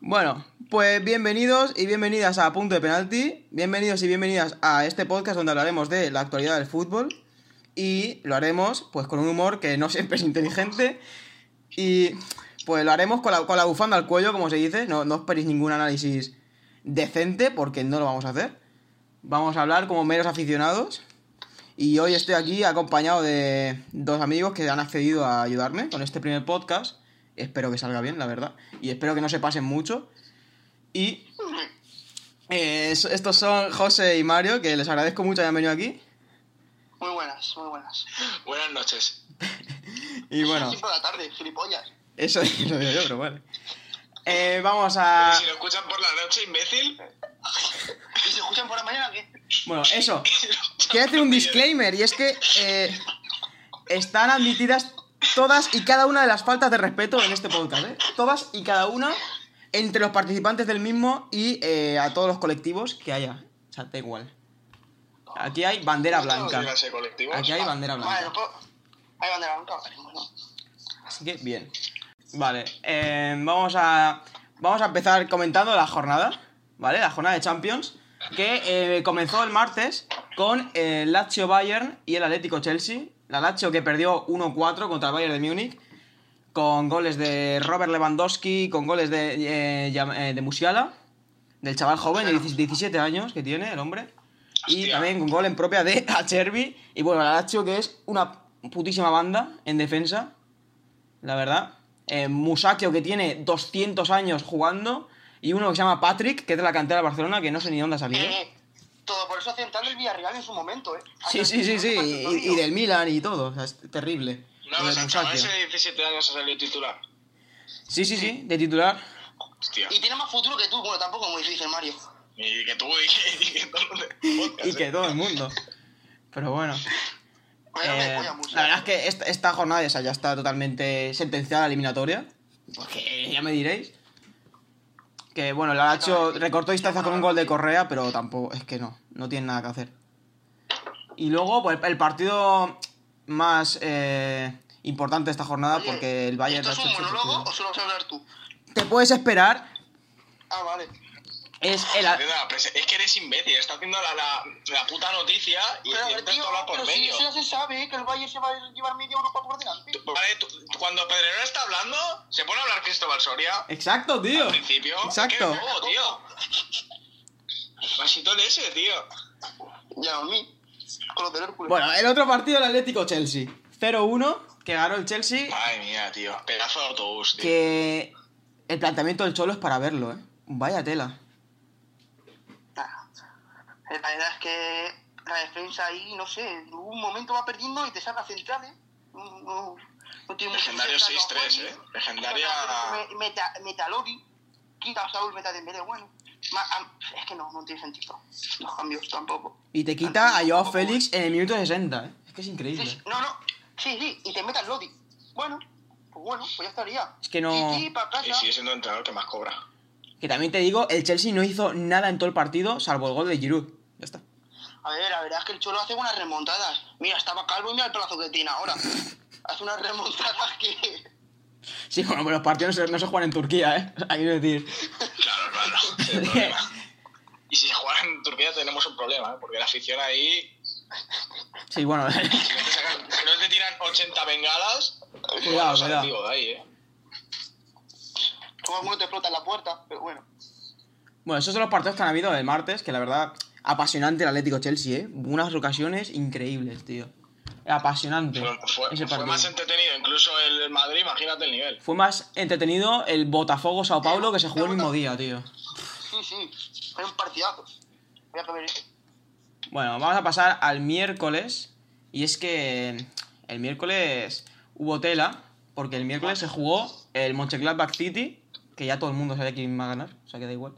Bueno, pues bienvenidos y bienvenidas a Punto de Penalti. Bienvenidos y bienvenidas a este podcast donde hablaremos de la actualidad del fútbol. Y lo haremos pues con un humor que no siempre es inteligente. Y pues lo haremos con la, con la bufanda al cuello, como se dice. No, no esperéis ningún análisis decente porque no lo vamos a hacer. Vamos a hablar como meros aficionados. Y hoy estoy aquí acompañado de dos amigos que han accedido a ayudarme con este primer podcast. Espero que salga bien, la verdad. Y espero que no se pasen mucho. Y eh, es- estos son José y Mario, que les agradezco mucho que hayan venido aquí. Muy buenas, muy buenas. Buenas noches. Y bueno, Son cinco de la tarde, gilipollas. eso lo digo yo, pero vale. Eh, vamos a... Si lo escuchan por la noche, imbécil. ¿Y se escuchan por la mañana qué? Bueno, eso. Quiero hacer un disclaimer y es que eh, están admitidas todas y cada una de las faltas de respeto en este podcast, ¿eh? Todas y cada una entre los participantes del mismo y eh, a todos los colectivos que haya. O sea, da igual. Aquí hay bandera blanca. Aquí hay bandera Vale, blanca. no puedo. Hay bandera blanca, vale, bueno. Así que bien. Vale, eh, vamos a vamos a empezar comentando la jornada, ¿vale? La jornada de Champions que eh, comenzó el martes con el Lazio Bayern y el Atlético Chelsea. La Lazio que perdió 1-4 contra el Bayern de Múnich con goles de Robert Lewandowski, con goles de eh, Yam- eh, de Musiala, del chaval joven de 17 años que tiene el hombre. Y Hostia. también con gol en propia de Acerbi. Y bueno, la Lazio que es una putísima banda en defensa la verdad. Eh, Musacchio, que tiene 200 años jugando, y uno que se llama Patrick, que es de la cantera de Barcelona, que no sé ni dónde ha salido. Eh, todo por eso hacían tanto el Villarreal en su momento, ¿eh? Sí, sí, sí, sí, y, y del Milan y todo, o sea, es terrible. No, Lo de pues a Musacchio. ese de 17 años ha salido titular. Sí, sí, sí, de titular. Hostia. Y tiene más futuro que tú, bueno, tampoco como dice Mario. Y que tú, y que, y que todo el eh. mundo- Y que todo el mundo. Pero bueno. Pero me eh, apoya mucho. la verdad es que esta, esta jornada esa ya está totalmente sentenciada a la eliminatoria. Porque ya me diréis. Que bueno, la Lazio recortó distancia con un gol de Correa, pero tampoco, es que no, no tiene nada que hacer. Y luego, pues el partido más eh, importante de esta jornada, Oye, porque el Bayern ¿Esto es ha hecho un su monólogo partido. o solo vas a hablar tú? Te puedes esperar, Ah, vale. es el. Nada, pues Es que eres imbécil, está haciendo la, la, la puta noticia y Pero, intentas tío, hablar por pero si medio. eso ya se sabe, ¿eh? que el Bayern se va a llevar media Europa por delante. Vale, tú- cuando Pedrero está hablando, se pone a hablar Cristóbal Soria. Exacto, tío. Al principio. Exacto. Qué bobo, tío. Vasito de ese, tío. Ya no, mí. Con los del Hércules. Bueno, el otro partido, el Atlético-Chelsea. 0-1, que ganó el Chelsea. Madre mía, tío. Pedazo de autobús, tío. Que el planteamiento del Cholo es para verlo, ¿eh? Vaya tela. Nah. Eh, La verdad es que la defensa ahí, no sé, en un momento va perdiendo y te saca central, ¿eh? No, no- no tiene mucho Legendario central, 6-3, Joaquín. ¿eh? Legendaria- Me- Meta, Metalori, quita a Saúl, meta Dembélé, bueno. Ma- am- es que no, no tiene sentido. Los cambios tampoco. Y te quita Ah, a Joao Félix en el minuto 60, ¿eh? Es que es Sí, increíble. sí, no, no, sí, sí, y te meta el Lodi. Bueno, pues bueno, pues ya estaría. Es que no- Sí, sí, para casa. Y sigue siendo el entrenador que más cobra. Que también te digo, el Chelsea no hizo nada en todo el partido, salvo el gol de Giroud. Ya está. A ver, la verdad es que el Cholo hace unas remontadas. Mira, estaba calvo y mira el plazo que tiene ahora. Hace unas remontadas que... Sí, bueno, pero los partidos no se, no se juegan en Turquía, ¿eh? O sea, quiero decir. Claro, claro. es el problema. Y si se juega en Turquía tenemos un problema, ¿eh? porque la afición ahí, Sí, bueno. si no te, sacan- si no te tiran 80 bengalas, Cuidado, no sale cuidado. vivo de ahí, ¿eh? Como alguno te explota en la puerta, pero bueno. bueno, esos son los partidos que han habido el martes, que la verdad, apasionante el Atlético-Chelsea, ¿eh? Unas ocasiones increíbles, tío. Apasionante. Fue- Fue, ese fue partido. más entretenido, incluso el Madrid, imagínate el nivel. Fue más entretenido el Botafogo Sao Paulo que se jugó el mismo día, tío. Sí, sí, fue un partidazo. Voy a comer ese. Bueno, vamos a pasar al miércoles. Y es que el miércoles hubo tela, porque el miércoles se jugó el Mönchengladbach City, que ya todo el mundo sabe quién va a ganar, o sea que da igual.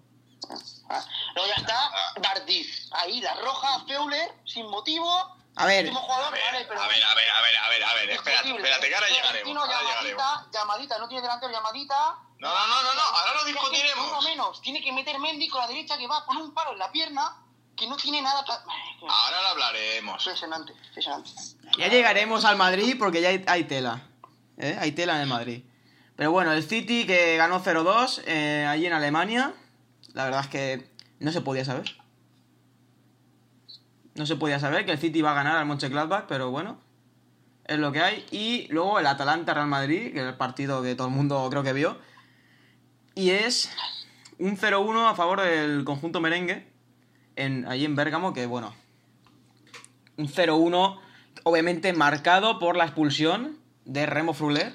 Ah, Luego ya está Bardiz. Ahí, la roja, Feuler, sin motivo. A ver. Último A jugador, ver, vale, pero... a ver, a ver, a ver, a ver, a ver, espérate, Discutible. espérate, que ahora llegaremos. Florentino, Ahora llamadita, llegaremos. llamadita, no tiene delantero, llamadita. No, no, no, no, no, ahora lo Uno discutiremos. menos, tiene que meter Mendy con la derecha que va con un palo en la pierna que no tiene nada... pa- Madre mía, Ahora lo hablaremos. Impresionante, impresionante. Ya llegaremos al Madrid porque ya hay, hay tela. ¿eh? Hay tela en el Madrid. Pero bueno, el City que ganó 0-2 eh, allí en Alemania, la verdad es que no se podía saber. No se podía saber que el City iba a ganar al Mönchengladbach, pero bueno, es lo que hay. Y luego el Atalanta-Real Madrid, que es el partido que todo el mundo creo que vio. Y es un 0-1 a favor del conjunto merengue, en, allí en Bérgamo, que bueno, un 0-1 obviamente marcado por la expulsión de Remo Fruler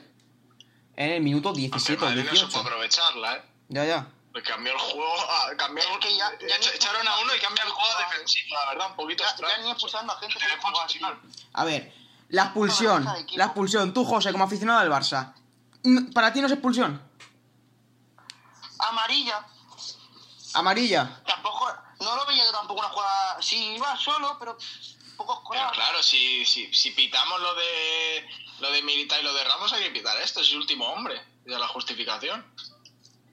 en el minuto 17 o Aunque el Madrid 18. no supo aprovecharla, ¿eh? Ya, ya. Le Cambió el juego, a- cambió Es que ya- ya echa- echaron a uno y cambió el juego a Ya- defensivo, la verdad, un poquito Ya, extraño. ya ni expulsando a gente Te por jugar, expulsan, tío. A ver, la expulsión, la expulsión, tú José como aficionado del Barça, mm, para ti no es expulsión, Amarilla. amarilla. Tampoco, no lo veía yo tampoco una jugada. Sí, iba solo, pero poco Pero escolar. claro, si, si, si pitamos lo de lo de Milita y lo de Ramos, hay que pitar esto, es el último hombre. Ya la justificación.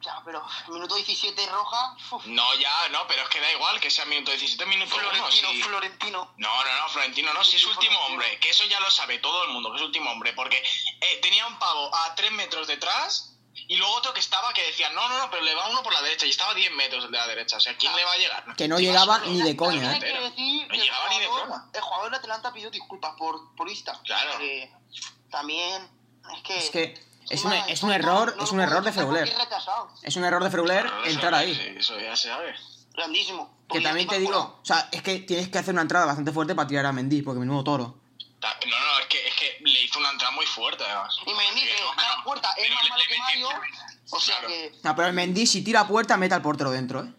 Ya, pero minuto 17 roja. uf. No, ya, no, pero es que da igual que sea minuto 17, minuto uno, Florentino, si- Florentino. No, no, no, Florentino, no, si es último hombre, que eso ya lo sabe todo el mundo, que es último hombre, porque eh, tenía un pavo a 3 metros detrás y luego otro que estaba que decía, no, no, no, pero le va uno por la derecha y estaba a 10 metros de la derecha, o sea, ¿quién le va a llegar? Que no Iba llegaba solo. ni de coña, ¿eh? También hay que decir No que el llegaba ni de jugador- broma. El jugador de Atlanta pidió disculpas por, por Insta. Claro. Eh, también. Es que. Es que es un, e- encima, es un no- error, no es lo un puedo error de defender porque Freuler. es retrasado. Es un error de Freuler Ah, Claro, eso entrar ya- ahí. Eso ya se sabe. Grandísimo. Que Porque también ya te por digo, o sea, es que tienes que hacer una entrada bastante fuerte para tirar a Mendy, porque menudo toro. Ta- No, no, es que, es que le hizo una entrada muy fuerte, además. Y me dice, Pero- está a la puerta, es pero más le- malo le que metí- Mario. O sea Claro. que. No, pero el Mendy si tira a puerta, mete al portero dentro, ¿eh?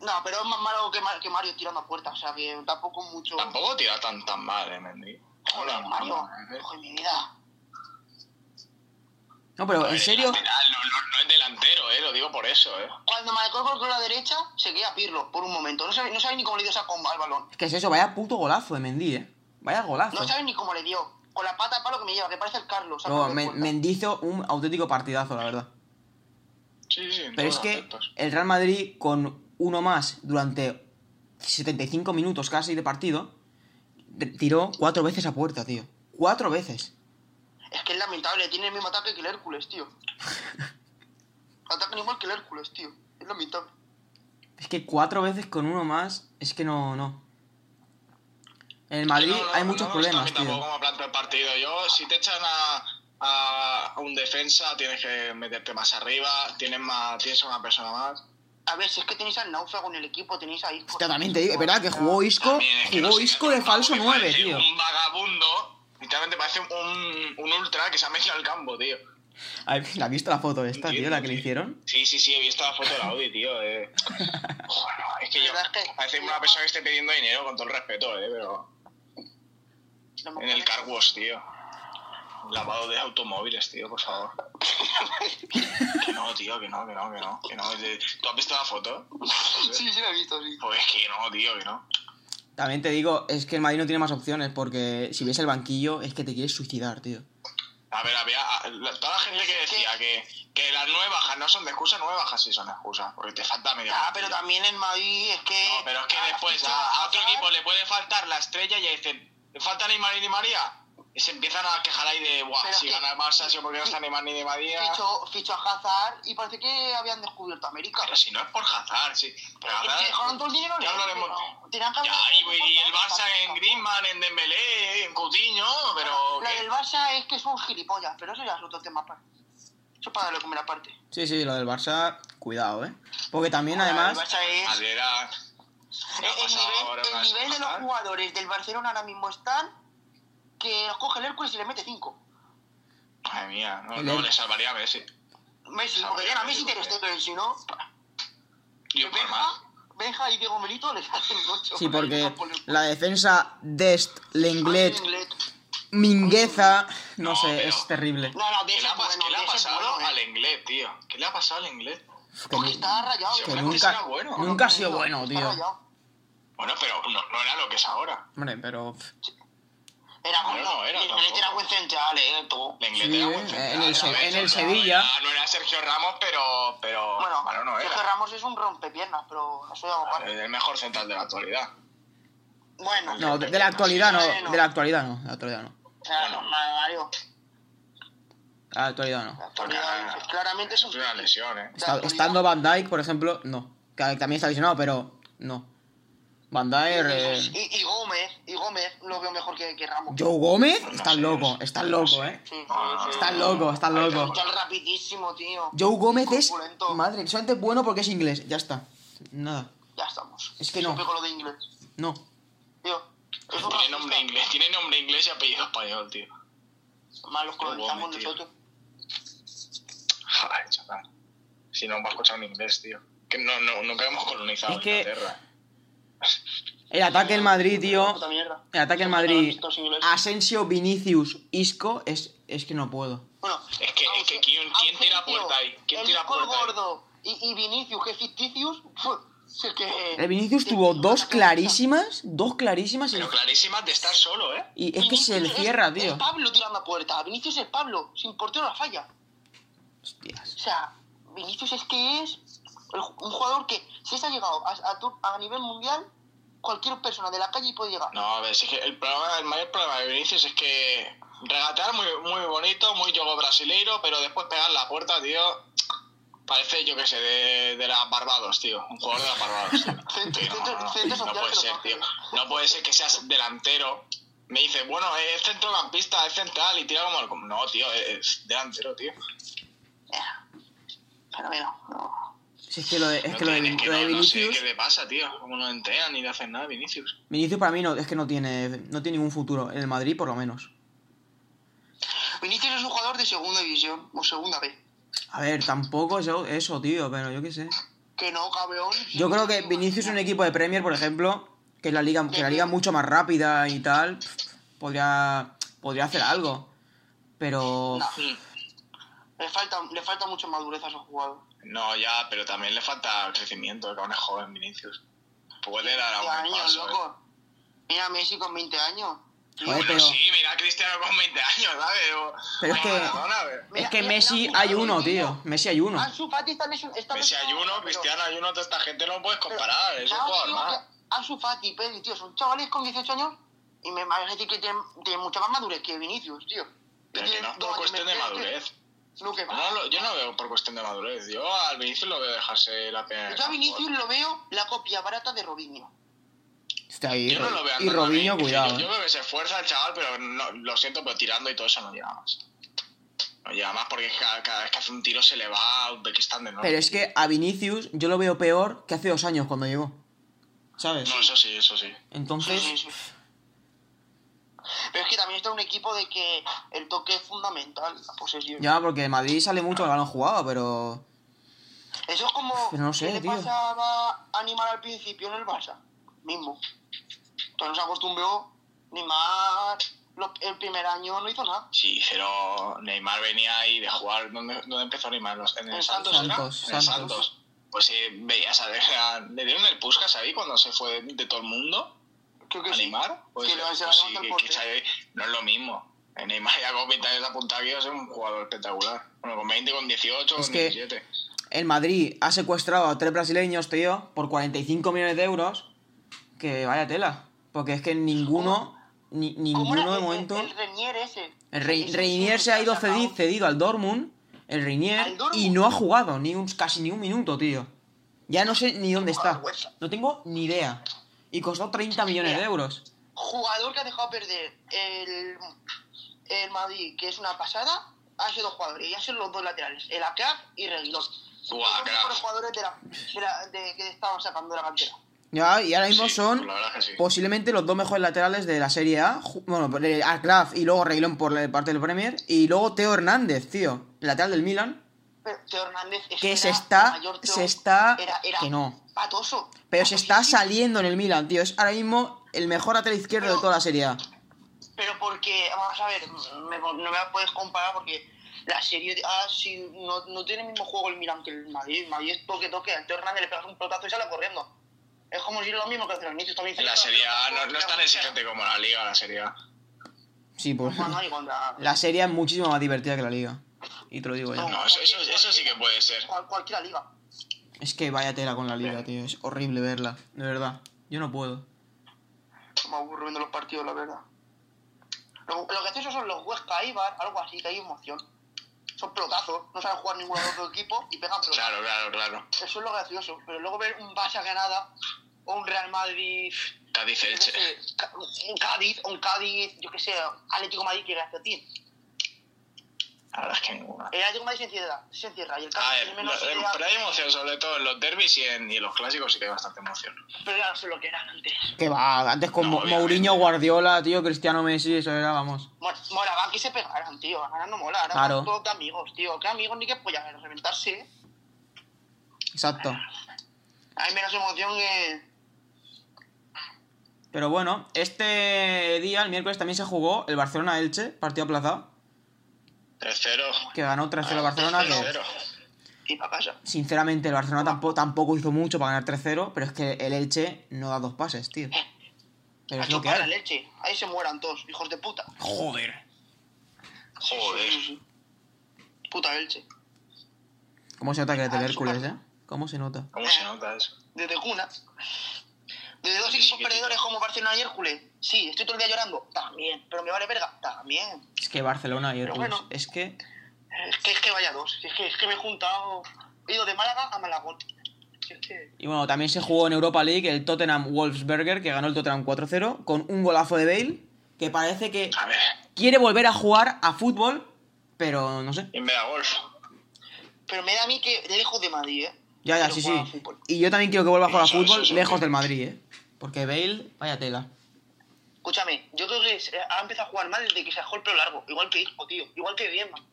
No, pero es más malo que, Ma- que Mario tirando a puerta. O sea que tampoco mucho. Tampoco tira tan tan mal, eh, Mendy. Joder, Hola, Mario. Mario. Joder, mi vida. No, pero Eh, en serio, lateral, No, no- no es delantero, eh, lo digo por eso, eh. Cuando marcó el gol con la derecha, se queda Pirlo por un momento. No sabe, no sabe ni cómo le dio esa comba al balón. es que es eso, vaya puto golazo de Mendy, ¿eh? Vaya golazo. No sabe ni cómo le dio. Con la pata de palo que me lleva, que parece el Carlos. No, sacando de Men- puerta. Mendy hizo un auténtico partidazo, la verdad. Sí, sí, en Pero todos es que aspectos. el Real Madrid, con uno más durante 75 minutos casi de partido, de- tiró cuatro veces a puerta, tío. Cuatro veces. Es que es lamentable, tiene el mismo ataque que el Hércules, tío. Atacan igual que el Hércules, tío. Es lamentable. Es que cuatro veces con uno más, es que no, no. En el Madrid No, no, hay no muchos me gusta a problemas, mí tío. tampoco como planta el partido. Yo, si te echan a, a un defensa, tienes que meterte más arriba, tienes, más, tienes a una persona más. A ver, si es que tenéis al náufrago en el equipo, tenéis ahí. Hostia, también te digo, es verdad que jugó Isco, También es que no jugó sé, Isco me de parece falso un- 9, tío. Un vagabundo, literalmente parece un, un ultra que se ha metido al campo, tío. Ay, ¿La has visto la foto esta, tío, la que le hicieron? Sí, sí, sí, he visto la foto de la Audi, tío. Eh. Joder, es que yo. La verdad es que- Parece una persona que esté pidiendo dinero, con todo el respeto, eh, pero. En el car wash, tío. Lavado de automóviles, tío, por favor. que no, tío, que no, que no, que no. Que no. Eh, ¿Tú has visto la foto? Sí, sí, lo he visto, sí. Pues que no, tío, que no. También te digo, es que el Madrid no tiene más opciones, porque si ves el banquillo, es que te quieres suicidar, tío. A ver, había. a- la- Toda la gente que decía que, que las nueve bajas no son de excusa, nueve bajas sí son de excusa. Porque te falta medio. Ah, pero también en Madrid es que. No, pero es que Ah, después ficha a, a otro Hazard. equipo le puede faltar la estrella y dicen, ¿le falta Neymar y Di María? Y se empiezan a quejar ahí de, guau, Pero si es que- gana el Barça, si porque no está Neymar ni Di María. Fichó, fichó a Hazard y parece que habían descubierto América. Pero si no es por Hazard, sí. Pero Es que dejaron todo el dinero en Ya él, hablaremos. pero tenían que Ya, haber- y, y el Barça en Griezmann, en Dembélé, en Coutinho, pero... La que- del Barça es que son gilipollas, pero eso ya es otro tema. pa- Eso para darle comer aparte. Sí, sí, lo del Barça, cuidado, ¿eh. Porque también, el además, Barça es. eh, Madrid era- El, ha el pasado nivel, ahora el con nivel de los Hazard. jugadores del Barcelona ahora mismo están que los coge el Hércules y le mete 5. Madre mía, no, El no Elche. le salvaría a Messi. Messi, Sabía, porque gana Messi, Messi Ter porque- Stegen, si no, Y un par más. Benja, Benja y Diego Melito les hacen 8. sí, porque la defensa Dest, Lenglet, No, Mingueza, no Ah, No, sé, pero- es terrible. no, de ¿Qué ese le ha, es pas- bueno, qué le ha de ese es pasado bueno, eh. al inglés, tío? ¿Qué le ha pasado al inglés? Que Porque nu- está rayado. Sí, que Hombre, pues nunca, era bueno. nunca ha sido bueno, Está tío. rayado. Bueno, pero no, no era lo que es ahora. Hombre, pero... pff, Era No, bueno. no, era el inglés tampoco. era buen central, eh, tú. El inglés Sí, era eh, buen central, en el Se- era en el buen Sevilla. central, No era Sergio Ramos, pero, pero Bueno, malo no Sergio era. Ramos es un rompepiernas, pero eso ya va para. El mejor central de la actualidad. Bueno, No, de, de la actualidad no, de la actualidad no, de la actualidad no. o sea, no, Mario. A la actualidad no. Actualidad, Porque, claramente es Es un una friki. lesión, ¿eh? Está- estando Van Dyke, por ejemplo, no. Que también está lesionado, pero no. Van Dyke. eh, Y, y Gómez, y Gómez lo veo mejor que, que Ramos. Joe Gómez, No estás sé, loco, no sé, estás no loco, sé. eh. Sí, sí, Ah, sí. Estás loco, estás loco. Está rapidísimo, tío. Joe Gómez es. Corpulento. Madre, solamente es bueno porque es inglés, ya está. Nada, Ya estamos. Es que no. Siempre con lo de inglés. no. Tío, es un Tiene nombre racista. inglés, tiene nombre inglés y apellido español, tío. Más los colonizamos Gómez, tío. nosotros. Joder, chaval. Si no vas a escuchar en inglés, tío. Que no, no, nunca hemos colonizado Es que- Inglaterra. El ataque en Madrid, tío. Puta mierda. El ataque en Son Madrid. Ah. todos ingleses. Asensio, Vinicius, Isco, es, es que no puedo. Bueno, Es que- es que ¿quién- quién Auge- tira Augencio, puerta ahí? ¿Quién el tira Nicol puerta ahí? gordo y, y Vinicius, que es ficticius. fu, si es que- Eh, El Eh, Vinicius si tuvo es que- dos clarísimas, dos clarísimas y, Pero clarísimas de estar solo, ¿eh? y es que se le Vinicius es- cierra, Es tío. Pablo tirando a puerta. Vinicius es Pablo, sin portero la falla. Hostias. O sea, Vinicius es que es el ju- un jugador que, si se ha llegado a, a tu- a nivel mundial, cualquier persona de la calle puede llegar. No, a ver, si es que el, problema, el mayor problema de Vinicius es que regatear muy, muy bonito, muy yogo brasileiro, pero después pegar la puerta, tío, parece, yo que sé, de, de las Barbados, tío. Un jugador de las Barbados, tío. Centro- Tío, no, centro- no, centro no social puede se lo ser, coge. tío. No puede ser que seas delantero. Me dice, bueno, eh, es centrocampista, es central y tira como el... No, tío, es delantero, tío. Pero bueno, no. Si es que lo de, es No que lo de, tiene- Vin- que lo de no- no sé Vinicius. ¿Qué le pasa, tío? Como no entrenan ni le hacen nada, Vinicius. Vinicius para mí no, es que no tiene, no tiene ningún futuro. En el Madrid, por lo menos. Vinicius es un jugador de segunda división o segunda B. A ver, tampoco eso, eso tío, pero yo qué sé. Que no, cabrón. Yo creo que Vinicius en un equipo de Premier, por ejemplo, que es la liga, que la liga es mucho más rápida y tal, podría, podría hacer algo. Pero. Mm. Le falta, le falta mucha madurez a esos jugadores. No, ya, pero también le falta crecimiento, que aún es joven Vinicius. Puede dar a un años, paso. ¿eh? loco. Mira Messi con 20 años. Joder, Bueno, pero- sí, mira a Cristiano con 20 años, ¿sabes? O- Pero es o que- Maradona, ¿ves? Es Mira, que mira, Messi mira, hay mira, uno, mira. tío. Messi hay Ah, uno. Ansu Fati está lesion- está Messi hay lesionado, uno, pero- Cristiano hay uno, toda esta gente no puedes comparar. pero- Es un ya os jugador digo más. que Ansu Fati, Pedri, tío, son chavales con 18 años y me vas a decir que tienen, tienen mucha más madurez que Vinicius, tío. Pero que tienen no es dos por años cuestión de menos que- madurez. No, que va. No lo- yo no veo por cuestión de madurez. Yo al Vinicius lo veo dejarse la pena. en el Yo a campo. Vinicius lo veo la copia barata de Robinho. Está ahí. Yo no lo veo y andando Robinho, bien. cuidado. Yo, yo eh. creo que se esfuerza el chaval, pero no, lo siento, pero tirando y todo eso no llega más. No llega más porque cada, cada vez que hace un tiro se le va a Uzbekistán de nuevo. Pero es que a Vinicius yo lo veo peor que hace dos años cuando llegó. ¿Sabes? No, eso sí, eso sí. Entonces. Sí, sí, sí. Pero es que también está un equipo de que el toque es fundamental, la posesión. Ya, porque el Madrid sale mucho al balón jugado, pero. Eso es como Pero no sé, ¿qué le tío. pasaba a Animal al principio en el Barça. Mismo. Entonces se acostumbró, ni más lo- el primer año no hizo nada. Sí, pero Neymar venía ahí de jugar. ¿Dónde, dónde empezó Neymar? ¿Los- ¿En el En Santos? era? Santos, en el Santos. Santos. Pues sí, veías a ver, a- le dieron el Puskas ahí cuando se fue de todo el mundo. Creo que a sí. Neymar. Pues, que le va- se va pues a sí, levantar que- el portero. que sabe- no es lo mismo. Eh, Neymar ya con 20 años apuntado aquí va a ser un jugador espectacular. Bueno, con 20, con 18, Es con que- 17. El Madrid ha secuestrado a tres brasileños, tío, por 45 millones de euros. Que vaya tela. Porque es que ninguno, ni- ¿Cómo era ninguno de el- momento. El, Reinier ese. El Rey- Ese Reinier sí se ha que ido sacado. cedi- cedido al Dortmund, el Reinier, ¿Al Dortmund? y no ha jugado ni un, casi ni un minuto, tío. Ya no sé ni dónde está. vergüenza. No tengo ni idea. Y costó 30 millones de Mira. euros. Jugador que ha dejado perder el, el Madrid, que es una pasada, ha sido dos jugadores. Y ha sido los dos laterales, el Akraf y Reguilón. Son Buah, los Akraf. mejores jugadores de la, de la- de- que estaban sacando de la cantera. Ya, y ahora mismo Sí, son la verdad que sí. posiblemente los dos mejores laterales de la Serie A. Ju- Bueno, de Arcraft y luego Reguilón por la parte del Premier. Y luego Teo Hernández, tío, el lateral del Milan. Pero Teo Hernández es Que era se el está, mayor Teo- se está, era- era que no. Patoso. Pero se está Patosísimo. saliendo en el Milan, tío. Es ahora mismo el mejor lateral izquierdo de Pero- toda la Serie A. Pero porque, vamos a ver, me- no me la puedes comparar porque la serie de- ah, sí, no, no tiene el mismo juego el Milan que el Madrid. El Madrid es toque, toque. Al Teo Hernández le pegas un pelotazo y sale corriendo. Es como si lo mismo que hace el inicio. También En la Serie A no, no es tan exigente como la Liga, la Serie A. Sí, pues. Bueno, y contra- La serie es muchísimo más divertida que la liga. Y te lo digo ya. No, eso, eso, eso sí que puede ser. cual- cualquiera liga. Es que vaya tela con la liga, tío. Es horrible verla. De verdad. Yo no puedo. Me aburro viendo los partidos, la verdad. Lo, lo que hace eso son los Huesca Ibar, algo así, que hay emoción. son pelotazos, no saben jugar ninguno de los dos equipos y pegan pelotazos. Claro, claro, claro. Eso es lo gracioso, pero luego ver un Barça Granada o un Real Madrid, Cádiz yo qué Elche. sé, Ca- un Cádiz, un Cádiz, yo qué sé, Atlético de Madrid que gracias a ti. La verdad es que ninguna. El Atlético de Madrid se encierra, se encierra y Ah, el Cádiz A ver, tiene menos lo- idea, pero hay emoción, sobre todo en los derbis y en y los clásicos sí que hay bastante emoción. pero ya no sé lo que eran antes. Que va, antes con No, Mo- obviamente. Mourinho, Guardiola, tío, Cristiano Messi, eso era, vamos. Mor- Moraban que se pegaran, tío, ahora no mola, ahora Claro. son todos de amigos, tío, que amigos ni que pollas, reventarse. ¿eh? Exacto. Hay menos emoción que... Pero bueno, este día, el miércoles, también se jugó el Barcelona-Elche, partido aplazado, 3-0. que ganó 3-0 Barcelona, que 3-0. Y para casa. sinceramente el Barcelona tampoco, tampoco hizo mucho para ganar 3-0, pero es que el Elche no da dos pases, tío. Pero A es lo que chupar la hay. leche. Ahí se mueran todos, hijos de puta. Joder. Joder. Sí, sí, sí. Puta Elche. ¿Cómo se nota que eres del Ah, Hércules, eh? chupar. ¿Cómo se nota? ¿Cómo se nota eso? Desde cuna. Desde dos Sí, equipos sí, perdedores como Barcelona y Hércules. Sí, estoy todo el día llorando. También. Pero me vale verga. También. Es que Barcelona y Hércules, bueno. es que... Es que, es que vaya dos. Es que, es que me he juntado. He ido de Málaga a Malagón. Es que- Y bueno, también se jugó en Europa League el Tottenham Wolfsberger, que ganó el Tottenham 4-0, con un golazo de Bale, que parece que A ver, quiere volver a jugar a fútbol, pero no sé. ¿quién me da golf? Pero me da a mí que lejos de Madrid, ¿eh? Ya, ya, Pero sí, sí. juega a fútbol. Y yo también quiero que vuelva a jugar a Eso, eso, fútbol eso, lejos sí. del Madrid, ¿eh? Porque Bale, vaya tela. Escúchame, yo creo que se- ha empezado a jugar mal desde que se dejó el pelo largo. Igual que Isco, tío. Igual que Griezmann.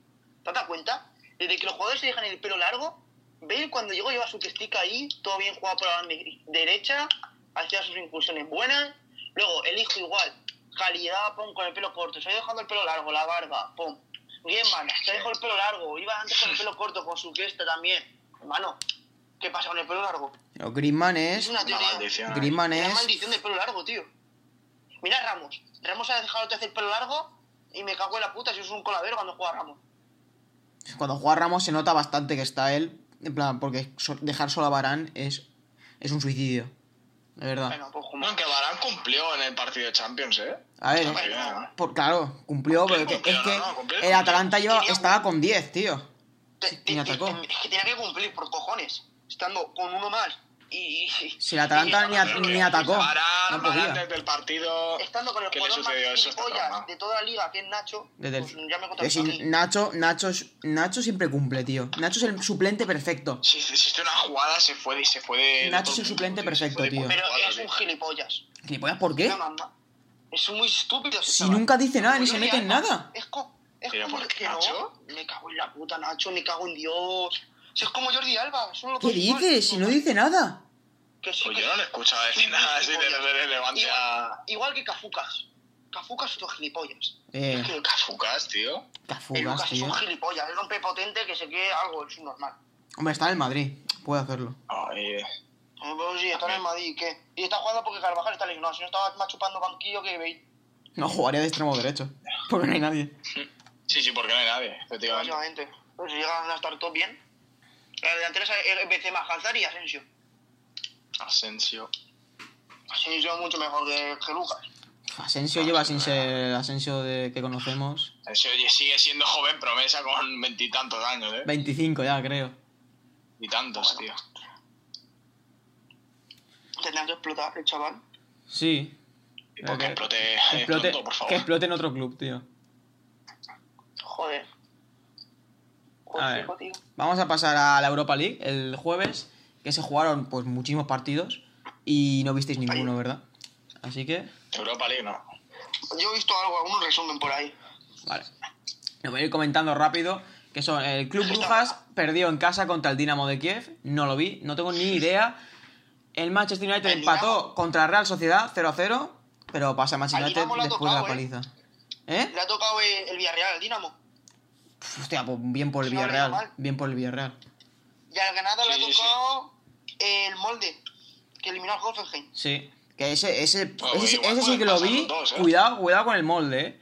¿Te das cuenta? Desde que los jugadores se dejan el pelo largo, Bale cuando llegó lleva su testica ahí, todo bien jugado por la banda derecha, hacía sus incursiones buenas. Luego, el hijo igual, calidad, pum, con el pelo corto. Se ha ido dejando el pelo largo, la barba, pum. Griezmann, se dejó el pelo largo. Iba antes con el pelo corto, con su cresta también. Hermano, ¿qué pasa con el pelo largo? Pero Griezmann es... Es una Una teoría. maldición. Griezmann Es es... maldición del pelo largo, tío. Mira a Ramos. Ramos ha dejado de hacer pelo largo y me cago en la puta si es un coladero cuando juega Ramos. Cuando juega Ramos se nota bastante que está él, en plan, porque so- dejar solo a Barán es, es un suicidio. De verdad. Bueno, pues como... No, que Barán cumplió en el partido de Champions, ¿eh? A ver, Está muy eh, bien, ¿eh? por, claro, cumplió, pero Cumplió, que- cumplió, es que no, no, cumplió, el cumplió. Atalanta lleva- Tenía un- estaba con 10, tío. Te- Sí, te- me te- atacó. es que tenía que cumplir por cojones. Estando con uno más y... y- Si el Atalanta y- ni, a- ni atacó, no Barán, Barán podía. desde el partido. Estando con el ¿Qué le jugador más sucedió eso? Está gilipollas traumado. de toda la liga, que es Nacho, Desde el- pues ya me Que contaste si Nacho, Nacho, es- Nacho siempre cumple, tío. Nacho es el suplente perfecto. Si si hiciste una jugada, se fue, se fue de. Nacho es de- el suplente se fue perfecto, de- tío. Pero Guarda, es un tío. gilipollas. ¿Gilipollas por qué? Una mamba. Es muy estúpido. ese Si chaval. nunca dice nada, ni Yo se le mete en hago- nada. Es, co- es Pero como ¿por que qué, Nacho? no. Me cago en la puta, Nacho, me cago en Dios. Si es como Jordi Alba, son los ¿Qué dos dices? iguales. Si no dice nada. Que sí, Pues que yo no sí. le he escuchado decir nada así de de relevante Igual, a. igual que Cafucas. Cafucas es otro gilipollas. Eh, pues Es que el Cafucas, tío. el Cafugas, Lucas es tío. un gilipollas, es un prepotente que se cree algo, es un normal. Hombre, está en el Madrid. Puede hacerlo. Ay, eh. Eh, Pero sí, está en el Madrid, ¿y ¿qué? Y está jugando porque Carvajal está lesionado, si no estaba más chupando banquillo que veis. No jugaría de extremo derecho. Porque no hay nadie. Sí, sí, porque no hay nadie, efectivamente. Básicamente. Pues si llegan a estar todos bien. La delantera es Benzema, Hazard y Asensio. Asensio. Asensio es mucho mejor que, que Lucas. Asensio lleva sin ser el Asensio de, que conocemos. Asensio oye, sigue siendo joven promesa con veintitantos años, ¿eh? 25 ya, creo. Y tantos, tío. Tendrán que explotar el chaval. Sí. Y porque que- explote, Que explote, pronto, Eh, por que favor. explote en otro club, tíé Joder. A Joder, ver. chico, tío. Vamos a pasar a la Europa League el jueves, que se jugaron pues muchísimos partidos y no visteis ninguno, ¿verdad? Así que, Europa League, no. Yo he visto algo, algún resumen por ahí. vale. Lo voy a ir comentando rápido, que son el Club Brujas perdió en casa contra el Dinamo de Kiev, no lo vi, no tengo ni idea. El Manchester United El empató Dinamo. contra Real Sociedad 0-0, pero pasa Manchester Al United Dinamo le ha después de la tocado, ¿eh? paliza. ¿Eh? Le ha tocado eh, el Villarreal al Dinamo. Pf, Hostia, pues bien por el No, le ha ido Villarreal, mal. bien por el Villarreal. Y al Granada Sí, le ha sí, tocado el molde, que eliminó al Hoffenheim. Sí. Que ese, ese, Ah, bueno, ese, igual ese sí pueden que lo pasar vi. los dos, ¿eh? Cuidado, cuidado con el molde, eh.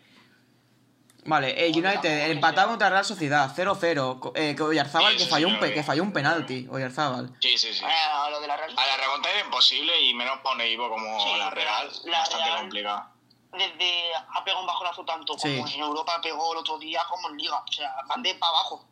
Vale, eh, Joder, United la empatado madre. contra Real Sociedad, 0-0. co- Eh, que Oyarzábal Sí, que sí, falló, sí, un, lo pe- vi. que falló un penalti, Oyarzábal. Sí, sí, sí. Ah, lo de la Real. A la remontada era imposible y menos para un equipo como Sí, la Real, la bastante Real. complicado. Desde ha pegado un bajonazo tanto Sí. como en Europa pegó el otro día como en Liga. O sea, van de para abajo.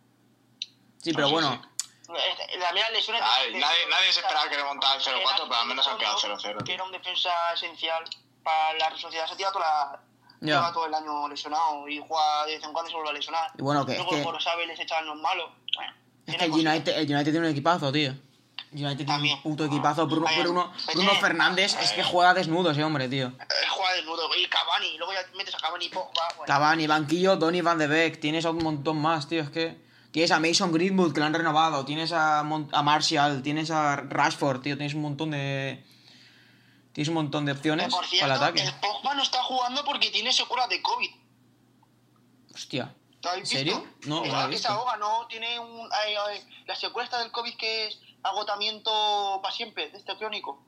Sí, pero sí, bueno. Eh, La mía lesiones. de- Nadie, de- nadie, nadie se esperaba que remontara el Era 0-4, pero al menos han quedado Antonio, 0-0. Que tío. era un defensa esencial para la sociedad. Se ha tirado toda la- Ya. lleva todo el año lesionado y juega de vez en cuando y se vuelve a lesionar. Y bueno, que- Luego que- el Gorosabel les echaban los malos. Bueno, Es tiene que el cosas. United, el United tiene un equipazo, tío. El United tiene un También. puto equipazo. Bruno, Vaya, Bruno, pues Bruno sí. Fernández es que juega desnudo ese hombre, tío. Eh, juega desnudo. Y Cavani. y Luego ya metes a Cavani y Pogba. Bueno, Cavani, Banquillo, Donny Van de Beek. Tienes a un montón más, tío. Es que tienes a Mason Greenwood, que lo han renovado. Tienes a, Mon- a Martial. Tienes a Rashford, tío. Tienes un montón de... Tienes un montón de Que, opciones por para cierto, el ataque. el Pogba no está jugando porque tiene secuelas de COVID. Hostia. ¿Lo habéis ¿En serio? visto? No, no lo Igual he que visto. se ahoga, ¿no? Tiene un, ay, ay, la secuela esta del COVID que es agotamiento para siempre, de este crónico.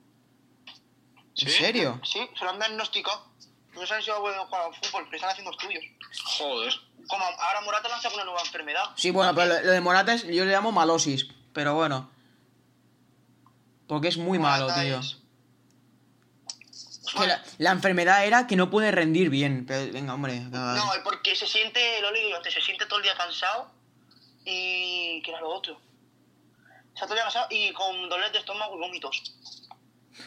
¿En ¿Sí? serio? Sí, se lo han diagnosticado. No saben si va a volver a jugar al fútbol, pero están haciendo estudios. Joder. Como ahora Morata lanza una nueva enfermedad. Sí, bueno, pero lo- lo de Morata es- yo le llamo malosis. Pero bueno. Porque es muy malo, Morata tío. es- Que la, la enfermedad era que no puede rendir bien. Pero, venga, hombre. cada- No, es porque se siente, lo leí yo antes, se siente todo el día cansado y... que era lo otro? Se todo el día cansado y con dolor de estómago y vómitos.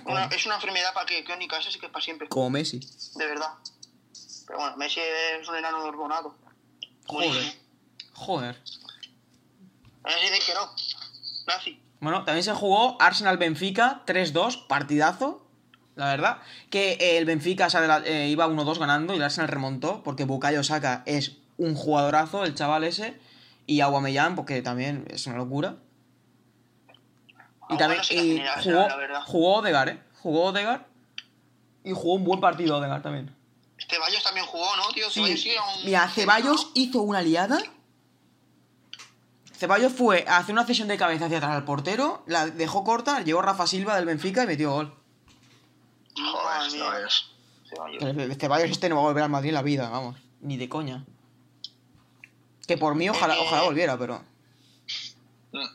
Una- es una enfermedad para que crónica, eso sí que es para siempre. Como Messi. De verdad. Pero bueno, Messi es un enano dormonado. Joder. Joder. Messi dice que no. Nazi. Bueno, también se jugó Arsenal-Benfica 3-2, partidazo, la verdad. Que eh, el Benfica se adela- eh, iba 1-2 ganando y el Arsenal remontó porque Bukayo Saka es un jugadorazo, el chaval ese, y Aguamellán, porque también es una locura. Y Ah, también bueno, sí que y tiene Arsenal, jugó, la verdad. jugó Odegar, ¿eh? Jugó Odegar y jugó un buen partido Odegar también. Ceballos Este también jugó, ¿no, tío? Ceballos sí era un... Mira, Ceballos hizo una liada. Ceballos fue a hacer una cesión de cabeza hacia atrás al portero, la dejó corta, llegó Rafa Silva del Benfica y metió gol. Joder, Madre mía, este Ceballos. Ceballos. Pero el Ceballos este no va a volver al Madrid en la vida, vamos. Ni de coña. Que por mí ojalá, ojalá volviera, pero... Mm.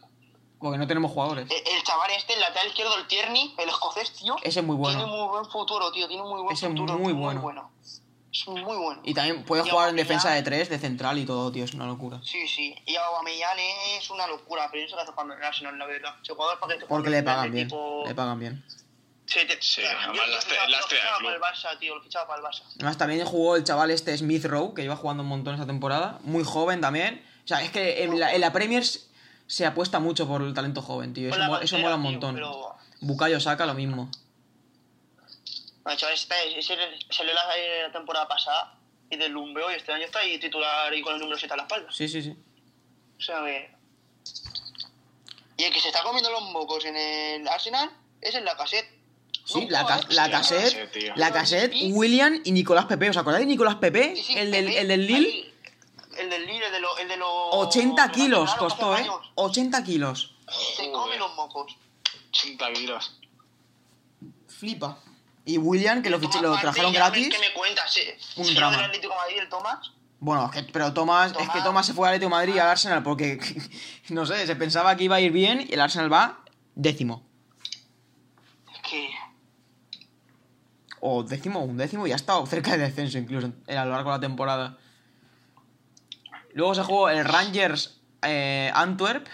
Porque no tenemos jugadores. El, el chaval este, el lateral izquierdo, el Tierney, el escocés, tío. Ese es muy bueno. Tiene muy buen futuro, tío. Tiene muy buen Ese es futuro. muy bueno. Es muy bueno. Y también puede Y jugar en Aubameyang- defensa de tres, de central y todo, tío, es una locura. Sí, sí. Y Aubameyang es una locura, pero eso lo hace cuando en el Arsenal, la verdad. Ese jugador para que te Porque juegue le en plan pagan de bien, tipo- le pagan bien. Sí, te- Sí, Yo- además yo la lo estre- fichaba- la lo estrella fichaba del para el Barça, tío. Lo fichaba para el Barça. Además, también jugó el chaval este Smith Rowe, que lleva jugando un montón esta temporada. Muy joven también. O sea, es que en la, en la Premier s- se apuesta mucho por el talento joven, tío. Con Eso, mo- la eso cantera, mola un tío, montón. pero- Bukayo saca lo mismo. No, el chaval, este, ese salió la, eh, la temporada pasada y deslumbró y este año está ahí titular y con el número 7 a la espalda. Sí, sí, sí. O sea que... Y el que se está comiendo los mocos en el Arsenal es el Lacazette. Sí, No la, ca- jodas, la tío. cassette, Lacazette, tío. la cassette, William y Nicolás Pepe. ¿Os acordáis de Nicolás Pepe? Sí, sí, El del, Pepe, el del Lille. ahí, Oh, El del Lille, el de, lo- el de los... 80 kilos los costó, ¿eh? años. 80 kilos. Se come Joder. los mocos. 80 kilos. Flipa. Y William, que lo, fiché- lo Tomás trajeron Partey, ya ves gratis. ¿Qué me cuentas? eh. Un Si era drama. del Atlético de Madrid, el Tomás. Bueno, es que- pero Tomás, es que Tomás- Tomás se fue al Atlético de Madrid y al Arsenal porque, no sé, se pensaba que iba a ir bien y el Arsenal va décimo. Es que... O décimo, un décimo y ha estado cerca de descenso incluso en- a lo largo de la temporada. Luego se jugó el Rangers eh, Antwerp.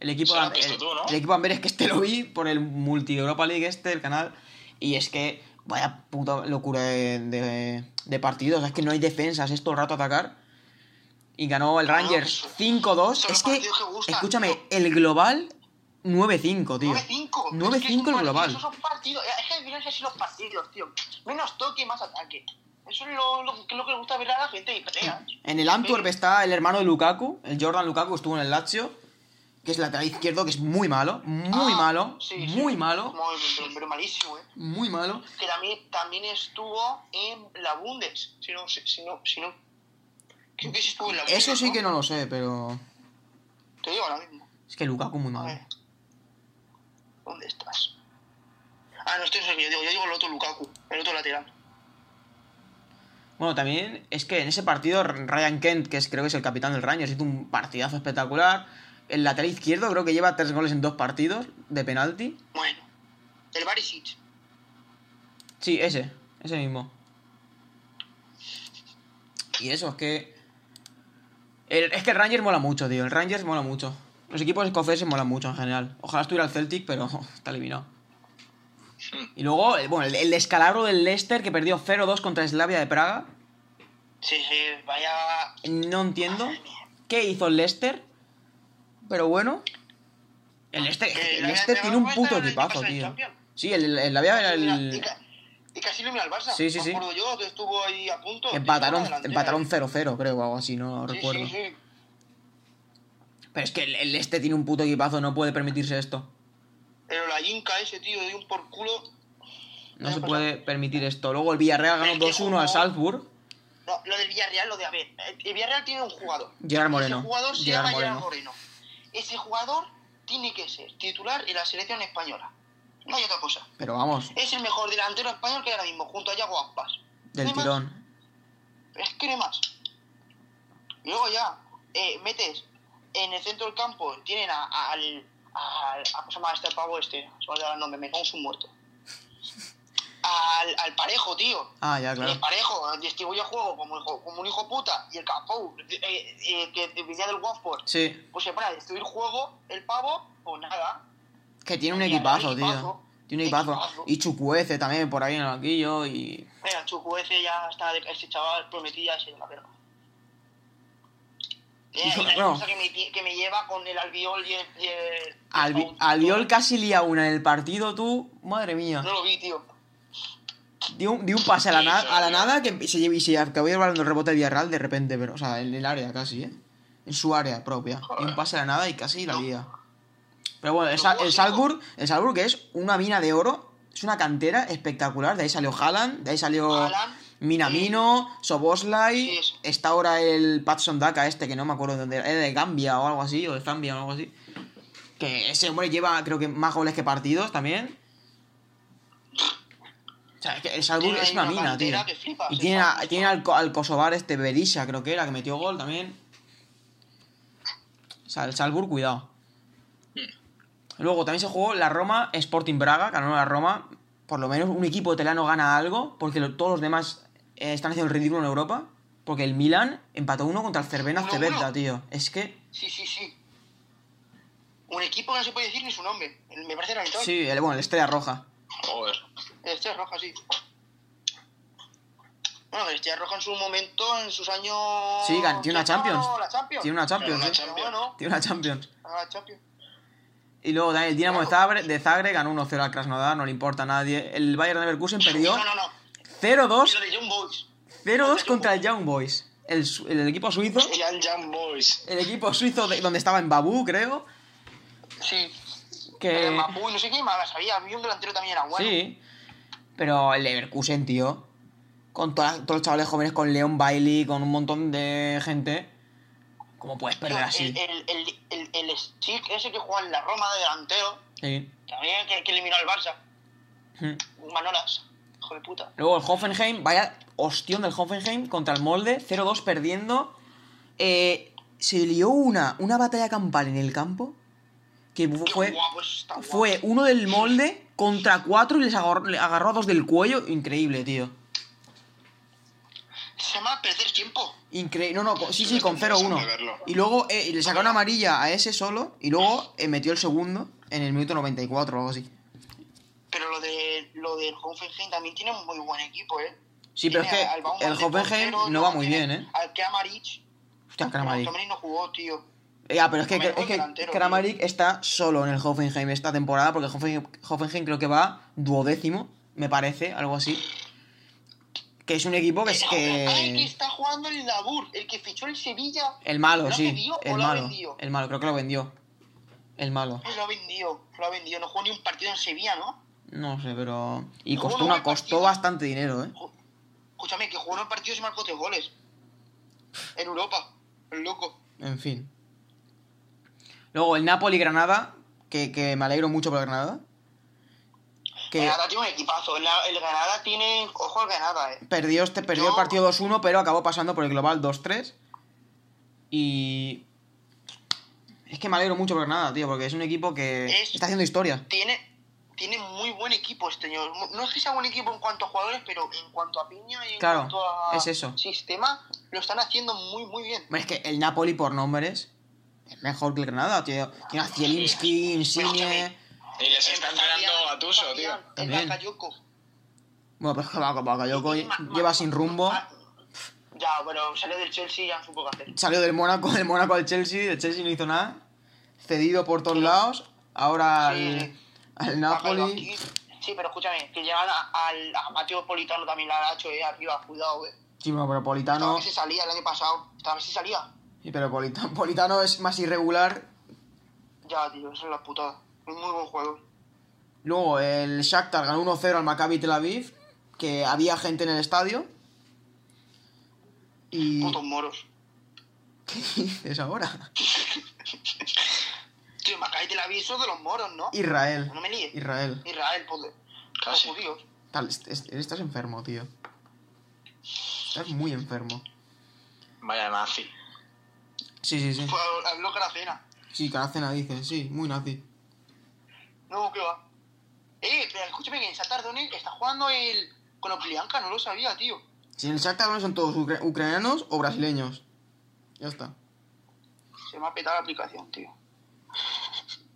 El equipo, Se lo has de- visto el, tú, ¿no? el equipo de Amberes que este lo vi por el Multi Europa League este, el canal. Y es que vaya puta locura de, de, de partidos. Es que no hay defensas, es todo el rato atacar. Y ganó el Rangers pues, 5-2. son los Es que, partidos que gustan, escúchame, tío. el global 9-5, tío. 9-5. 9-5 el global. Esos son partidos. Es que miren así los partidos, tío. Menos toque, más ataque. Eso es lo, lo, que- lo que le gusta ver a la gente y pelea. En el Antwerp está el hermano de Lukaku, el Jordan Lukaku estuvo en el Lazio, que es lateral izquierdo, que es muy malo, muy Ah, malo, sí, sí. muy malo, Muy- pero- pero malísimo, eh. muy malo. Que también, también estuvo en la Bundes. Si no, si, si no, si no. Creo que sí estuvo en la Bundes. Eso sí que no lo sé, pero Te digo ahora mismo. es que Lukaku muy A malo. ver. ¿Dónde estás? Ah, no, estoy en serio. Yo digo, yo digo el otro Lukaku, el otro lateral. Bueno, también es que en ese partido Ryan Kent, que es, creo que es el capitán del Rangers, hizo un partidazo espectacular. El lateral izquierdo creo que lleva tres goles en dos partidos de penalti. Bueno. El Barisic. Sí, ese, ese mismo. Y eso, es que... el- es que el Rangers mola mucho, tío, el Rangers mola mucho. Los equipos escoceses molan mucho en general. Ojalá estuviera el Celtic, pero está eliminado. Y luego, el- bueno, el, el descalabro del Leicester que perdió 0-2 contra Slavia de Praga. Sí, sí, vaya. No entiendo qué hizo el Leicester, pero bueno. El Leicester, Eh, el la Leicester Real tiene un Madrid puto está en el equipazo, Champions League tío. Champions. Sí, el, el, el Slavia era Mira, el- y, ca- y casi elimina al Barça. Sí, sí, Me sí. acuerdo yo que estuvo ahí a punto. Empataron, Llevaba la delantera. empataron 0-0, creo, o algo así, no Sí, recuerdo. Sí, sí. Pero es que el, el Leicester tiene un puto equipazo, no puede permitirse esto. Pero la Inca ese tío de un por culo. No Ya, se pues, puede permitir esto. Luego el Villarreal ganó Es que 2-1 al jugó- Salzburg. No, lo del Villarreal, lo de a ver. El Villarreal tiene un jugador. Gerard Moreno. Ese jugador se Gerard llama Gerard Moreno. Moreno. Ese jugador tiene que ser titular en la selección española. No hay otra cosa. Pero vamos, Es el mejor delantero español que hay ahora mismo, junto a Yago Aspas. del No hay más. tirón. Es que no hay más. Y luego ya, eh, metes en el centro del campo, tienen a, a- al. al a, ¿Cómo se llama este el pavo este? Se me ha olvidado el nombre, me cago en su muerto. Al, al parejo, tío. Ah, ya, claro. El parejo, distribuye juego como, un hijo- como un hijo puta. Y el Capou, eh, eh, que venía del Watford, Sí, pues se pone a distribuir juego, el pavo, pues nada. que tiene un Mira, equipazo, tío. equipazo. Tiene un equipazo. Equipazo. Y Chucuece también por ahí en el banquillo. Y Mira, Chucu ese ya está, de- ese chaval prometía ese de la verga. Eh, Hijo, y la no. cosa que me, tie- que me lleva con el albiol y el... y el- Albi- Albiol casi lía una en el partido, tú. Madre mía. No lo vi, tío. Dio un, dio un pase a la, Sí, na- sí, a la sí. nada que se, lle- y se acabó llevando el rebote de Villarreal de repente, pero, o sea, en el área casi, ¿eh? En su área propia. Dio un pase a la nada y casi la No. lía. Pero bueno, el, Pero Sa- hubo el cinco. Salzburg, el Salzburg que es una mina de oro, es una cantera espectacular. De ahí salió Haaland, de ahí salió Haaland, Minamino, Sí, Soboslai. eso. Está ahora el Patson Daka este, que no me acuerdo de dónde era, era de Gambia o algo así, o de Zambia o algo así. Que ese hombre lleva, creo que más goles que partidos también. O sea, es que el Salzburg Tiene es ahí una una mina, tío. cantera que flipas, Y el tiene, a- Salzburg. tiene al, co- al Kosovar este Berisha, creo que era, que metió gol también. O sea, el Salzburg, cuidado. Hmm. Luego también se jugó la Roma Sporting Braga, ganó la Roma. Por lo menos un equipo italiano gana algo, porque lo- todos los demás eh, están haciendo el ridículo en Europa. Porque el Milan empató uno contra el Cervena Uno, Cebelda, uno. tío. Es que. Sí, sí, sí. Un equipo que no se puede decir ni su nombre. El- Me parece lamentable. Sí, el, bueno, el Estrella Roja. Joder. El Estrella Roja, sí. Bueno, el Estrella Roja en su momento, en sus años... Sí, gan- tiene una Champions. No, la Champions. Tiene una Champions, ¿eh? Pero sí. Pero bueno, Tiene una Champions. la Champions. Y luego también el Dinamo de Zagreb, de Zagreb ganó 1-0 al Krasnodar, no le importa a nadie. El Bayern Leverkusen perdió No, no, no. Y lo 0-2 de John Boys. 0-2 contra el Young Boys. El, su- el equipo suizo, Jan Jan Boys. el equipo suizo de- donde estaba en Babu, creo, Sí. que... Eh, Mapu y no sé qué más las había. A mí un delantero también era bueno. Sí. Pero el Leverkusen, tío. Con todas- todos los chavales jóvenes, con Leon Bailey, con un montón de gente. ¿Cómo puedes Pero perder así? el, el, el, el, el Schick ese que juega en la Roma de delantero, Sí. también que, que eliminó al Barça. Mm. Manolas, hijo de puta. Luego el Hoffenheim, vaya hostión del Hoffenheim contra el molde, 0-2 perdiendo. Eh, se lió una, una batalla campal en el campo que fu- Qué fue, guapo está, guapo. fue uno del molde contra cuatro y les agarró, le agarró a dos del cuello. Increíble, tío. Se llama perder tiempo. Increíble. No, no, co- sí, sí, con Interesante verlo. 0-1. Y luego eh, y le sacaron amarilla a ese solo y luego eh, metió el segundo en el minuto 94 o algo así. Pero lo de lo del Hoffenheim también tiene un muy buen equipo, ¿eh? Sí, pero Tiene es que al Baumgart el de Hoffenheim portero, no va muy tiene bien, ¿eh? Al Kramaric. Hostia, No, Kramaric. Kramaric no jugó, tío. Ya, Eh, ah, pero es que, Hombre, es que delantero, Kramaric está solo en el Hoffenheim esta temporada, porque Hoffenheim, Hoffenheim creo que va duodécimo, me parece, algo así. Que es un equipo Pues que es Ah, el que que... está jugando el Labur, el que fichó el Sevilla. El malo, ¿Lo ha sí. vendido o El lo ha malo. vendido? El malo, creo que lo vendió. El malo. pues Lo ha vendido, lo ha vendido. No jugó ni un partido en Sevilla, ¿no? No sé, pero... Y Jugó costó, nueve una, costó partidos. bastante dinero, ¿eh? Ju- Escúchame, que jugó en partidos y marcó tres goles. En Europa. El loco. En fin. Luego el Napoli-Granada, que, que me alegro mucho por el Granada. El Que Granada tiene un equipazo. El, el Granada tiene... Ojo al Granada, eh. perdió, este, perdió el Yo- partido 2-1, pero acabó pasando por el global 2-3. Y. Es que me alegro mucho por nada, tío, porque es un equipo que Es- está haciendo historia. Tiene... Tiene muy buen equipo este señor. No es que sea buen equipo en cuanto a jugadores, pero en cuanto a piña y en Claro, cuanto a es eso. sistema, lo están haciendo muy, muy bien. Hombre, Es que el Napoli, por nombres, Es mejor que el Granada, tío. Tiene a Zielinski, Insigne. Y les está entrenando Gatuso, tío. También. El Bakayoko. Bueno, pues que va, va, Bakayoko Y- y Ma- lleva Ma- sin rumbo. Ma- Ya, pero salió del Chelsea y ya no supo qué hacer. Salió del Mónaco, del Mónaco al Chelsea, del Chelsea no hizo nada. Cedido por todos lados. Ahora al, Sí. al Bakayoko Napoli. aquí. Sí, pero escúchame, que llevan a, al, a Mateo Politano también la ha hecho eh, arriba, cuidado, eh. Sí, bueno, pero Estaba Politano. que se salía el año pasado, estaba que se salía. Sí, pero Politano, Politano es más irregular. Ya, tío, eso es la putada. Es muy buen juego. Luego el Shakhtar ganó 1-0 al Maccabi Tel Aviv, que había gente en el estadio. Y... Putos moros. ¿Qué dices ahora? Tío, Maccabi Tel Aviv, eso es de los moros, ¿no? Israel. No me líes. Israel. Israel, pues, los Casi. judíos. Tal, est- est- estás enfermo, tío. Estás muy enfermo. Vaya nazi. Sí, sí, sí. Fue a, a lo que era cena. Sí, Caracena dice, sí, muy nazi. No, que va. Eh, pero escúchame que en Shakhtar Donetsk está jugando el... Con Oplianka, no lo sabía, tío. Si en el Shakhtar no son todos ucra- ucranianos o brasileños. Ya está. Se me ha petado la aplicación, tío.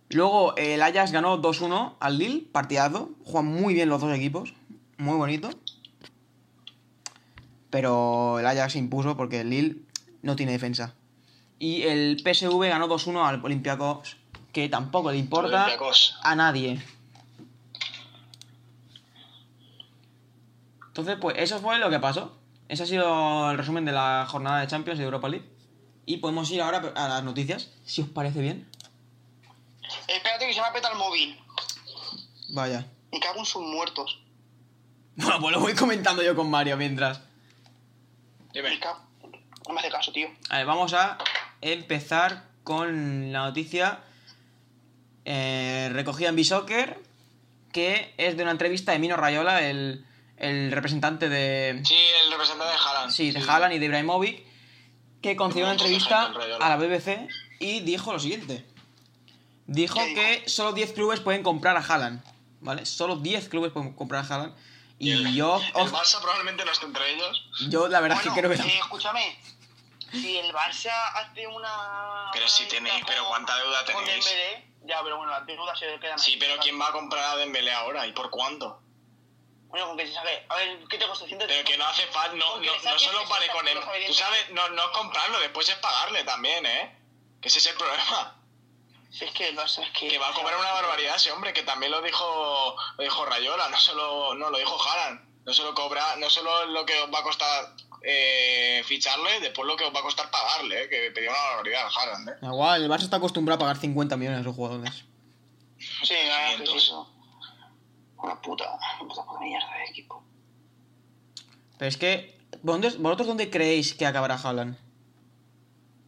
Luego el Ajax ganó 2-1 al Lille, partidazo. Juegan muy bien los dos equipos, muy bonito. Pero el Ajax se impuso porque el Lille no tiene defensa. Y el PSV ganó 2-1 al Olympiacos, que tampoco le importa Olympiacos. a nadie. Entonces, pues eso fue lo que pasó. Ese ha sido el resumen de la jornada de Champions y de Europa League. Y podemos ir ahora a las noticias, si os parece bien. Espérate que se me ha petado el móvil. Vaya. Me cago en sus muertos. Bueno, pues lo voy comentando yo con Mario mientras. Me Dime. cago... No me hace caso, tío. A ver, vamos a empezar con la noticia eh, recogida en Bisoccer, que es de una entrevista de Mino Rayola, el, el representante de, Sí, el representante de Haaland. sí, de Haaland y de Ibrahimovic, que concedió una montón de entrevista gente alrededor. a la BBC y dijo lo siguiente. Dijo ¿Qué dijo? que solo 10 clubes pueden comprar a Haaland, ¿vale? Solo 10 clubes pueden comprar a Haaland. Y, el- yo, El Barça probablemente no esté entre ellos. yo la verdad Bueno, que creo que... eh, escúchame. Si el Barça hace una... Pero si una tenéis- lista pero con- ¿cuánta deuda con tenéis? Dembélé, ya, pero bueno, las deudas se quedan ahí. Sí, pero ¿quién va a comprar a Dembélé ahora y por cuánto? Bueno, con que se saque. A ver, ¿qué te costó? 100 Pero que no hace falta, no, Porque no, le no saques solo 60 vale con él. euros, Tú sabes, no, no es comprarlo, después es pagarle también, ¿eh? Que ese es el problema. Si es que el Barça es que... Que va a cobrar una barbaridad ese hombre, que también lo dijo, lo dijo Rayola, no solo, no, lo dijo Haaland. No solo cobra, no solo es lo que os va a costar eh, ficharle, después lo que os va a costar pagarle, ¿eh? que pedía una barbaridad al Haaland, ¿eh? Da Igual, el Barça está acostumbrado a pagar 50 millones a sus jugadores. Sí, nada, pues 500. eso. Una puta, una puta mierda de equipo. Pero es que, ¿dónde- ¿vosotros dónde creéis que acabará Haaland?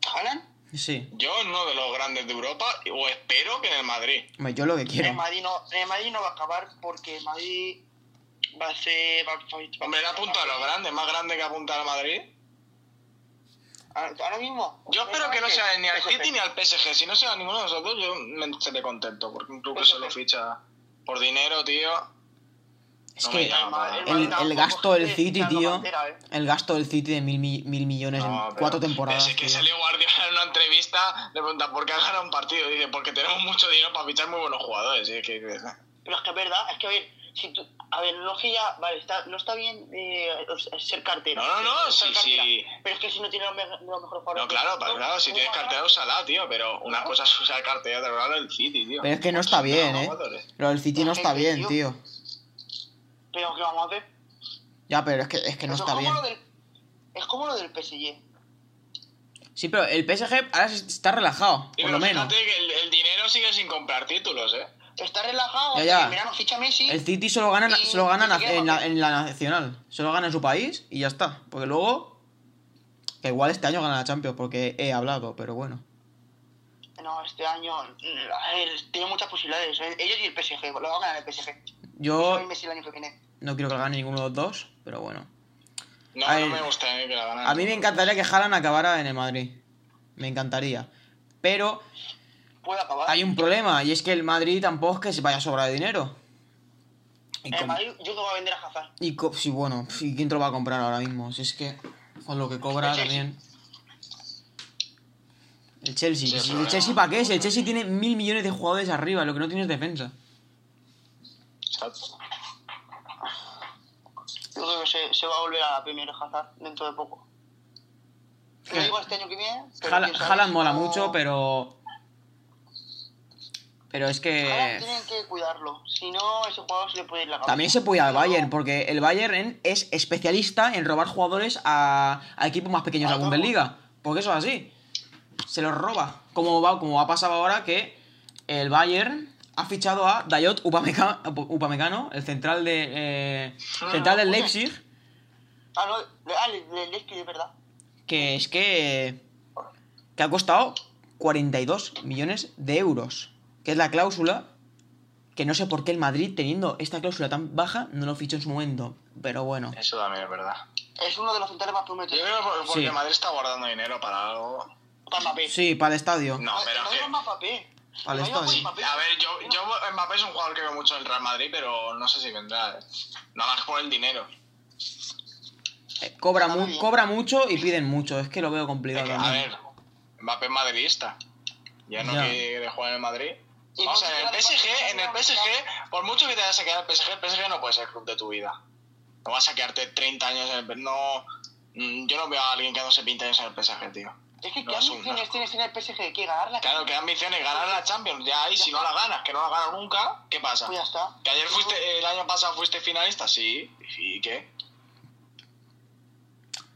¿Jalan? Sí, Yo en uno de los grandes de Europa, o espero que en el Madrid. hombre, yo lo que El quiero. Madrid, no, el Madrid no va a acabar porque el Madrid va a ser... Va, va- Hombre, él apunta a los grandes, más grande que apunta al Madrid. Ahora Ah, ahora mismo. Yo espero que no sea ni al PSG. City ni al PSG. Si no sea ninguno de los dos, yo me seré contento. Porque un club que PSG. solo ficha por dinero, tío. Es no que me llama para el- nada. el, el gasto del City, tío. eh. El gasto del City de mil, mi- mil millones en No, pero cuatro temporadas. Desde que tío. salió Guardiola en una entrevista, le preguntan por qué has ganado un partido. Y dice, porque tenemos mucho dinero para fichar muy buenos jugadores. Y es que, Pero es que es verdad, es que a ver, si tú, a ver, no es que ya, vale, está, no está bien eh, ser cartero. No, no, no, Ser sí, cartera. sí. Pero es que si no tienes los, me- los mejores jugadores. no, claro, pa- claro, si ¿cómo tienes vas a ganar? cartera, usala, tío. Pero una cosa es usar cartera, otra cosa es el City, tío. Pero es que no está bien, eh. jugadores. Lo del City no está bien, tío. Pero que vamos a ver. Ya, pero es que, es que no Eso está es bien. como lo del- es como lo del PSG. Sí, pero el PSG ahora se- está relajado, Sí, por pero lo menos. fíjate que el, el dinero sigue sin comprar títulos, eh. Está relajado. Ya, Ya, ya. Mira, no ficha Messi. El City solo gana, Y- solo gana y na- se queda en, la, papel. en la nacional. Solo gana en su país y ya está. Porque luego. Que igual este año gana la Champions, porque he hablado, pero bueno. No, este año. mm, A ver, tiene muchas posibilidades. eh. Ellos y el PSG. Lo va a ganar el PSG. Yo Y Messi el año que viene. no quiero que la gane ninguno de los dos, pero bueno. No, A no ver, me gusta eh, que la ganan. A mí me encantaría que Haaland acabara en el Madrid. Me encantaría. Pero Puede acabar. hay un problema, y es que el Madrid tampoco es que se vaya a sobrar de dinero. Y, El com- Madrid, Eh, yo creo que va a vender a Hazard. y co- sí, bueno, pf, ¿y quién te lo va a comprar ahora mismo? Si es que con lo que cobra El Chelsea. también. El Chelsea. Sí, ¿El problema. Chelsea para qué? Si el Chelsea tiene mil millones de jugadores arriba, lo que no tiene es defensa. Exacto. Yo creo que se, se va a volver a la Premier Hazard dentro de poco. No Sí. digo este año que viene. pero Haaland quién sabe Haaland si mola no- mucho, pero. Pero es Haaland que. tienen que cuidarlo. Si no, ese jugador se le puede ir la cabeza. También se puede ir al Pero- Bayern, porque el Bayern es especialista en robar jugadores a, a equipos más pequeños de A la Bundesliga. Porque eso es así. Se los roba. Como va, como ha pasado ahora que el Bayern ha fichado a Dayot Upamecano, Upamecano el central de eh, central del Leipzig, Ah, no, de- ah, le- le- Lewandowski, de verdad. que es que que ha costado 42 millones de euros, que es la cláusula que no sé por qué el Madrid teniendo esta cláusula tan baja no lo fichó en su momento, pero bueno. Eso también es verdad. Es uno de los centrales más Yo prometedores. creo por- porque Sí. Madrid está guardando dinero para algo. Mbappé. Sí, para el estadio. No, pero no que- digo Mbappé. Al No digo estadio. Mbappé. A ver, yo, yo Mbappé es un jugador que veo mucho en el Real Madrid, pero no sé si vendrá. eh. Nada más por el dinero. Eh, cobra, Está mu- bien. cobra mucho y piden mucho. Es que lo veo Es complicado que, a también. ver, Mbappé es madridista. Ya no Ya. quiere jugar en el Madrid. Y Vamos, no en se el queda PSG, de en el Barcelona, PSG, por mucho que te vayas a quedar el PSG, el PSG no puede ser el club de tu vida. No vas a quedarte 30 años en el no mm, Yo no veo a alguien quedándose 20 años en el PSG, tío. Es que No ¿qué es un ambiciones asco. tienes en el PSG? ¿Que ganar la Claro, que ambición es ganar la Champions. Ya ahí, si no la ganas, que no la ganas nunca, ¿qué pasa? Pues ya está. Que ayer fuiste, el año pasado fuiste finalista, sí. ¿Y qué?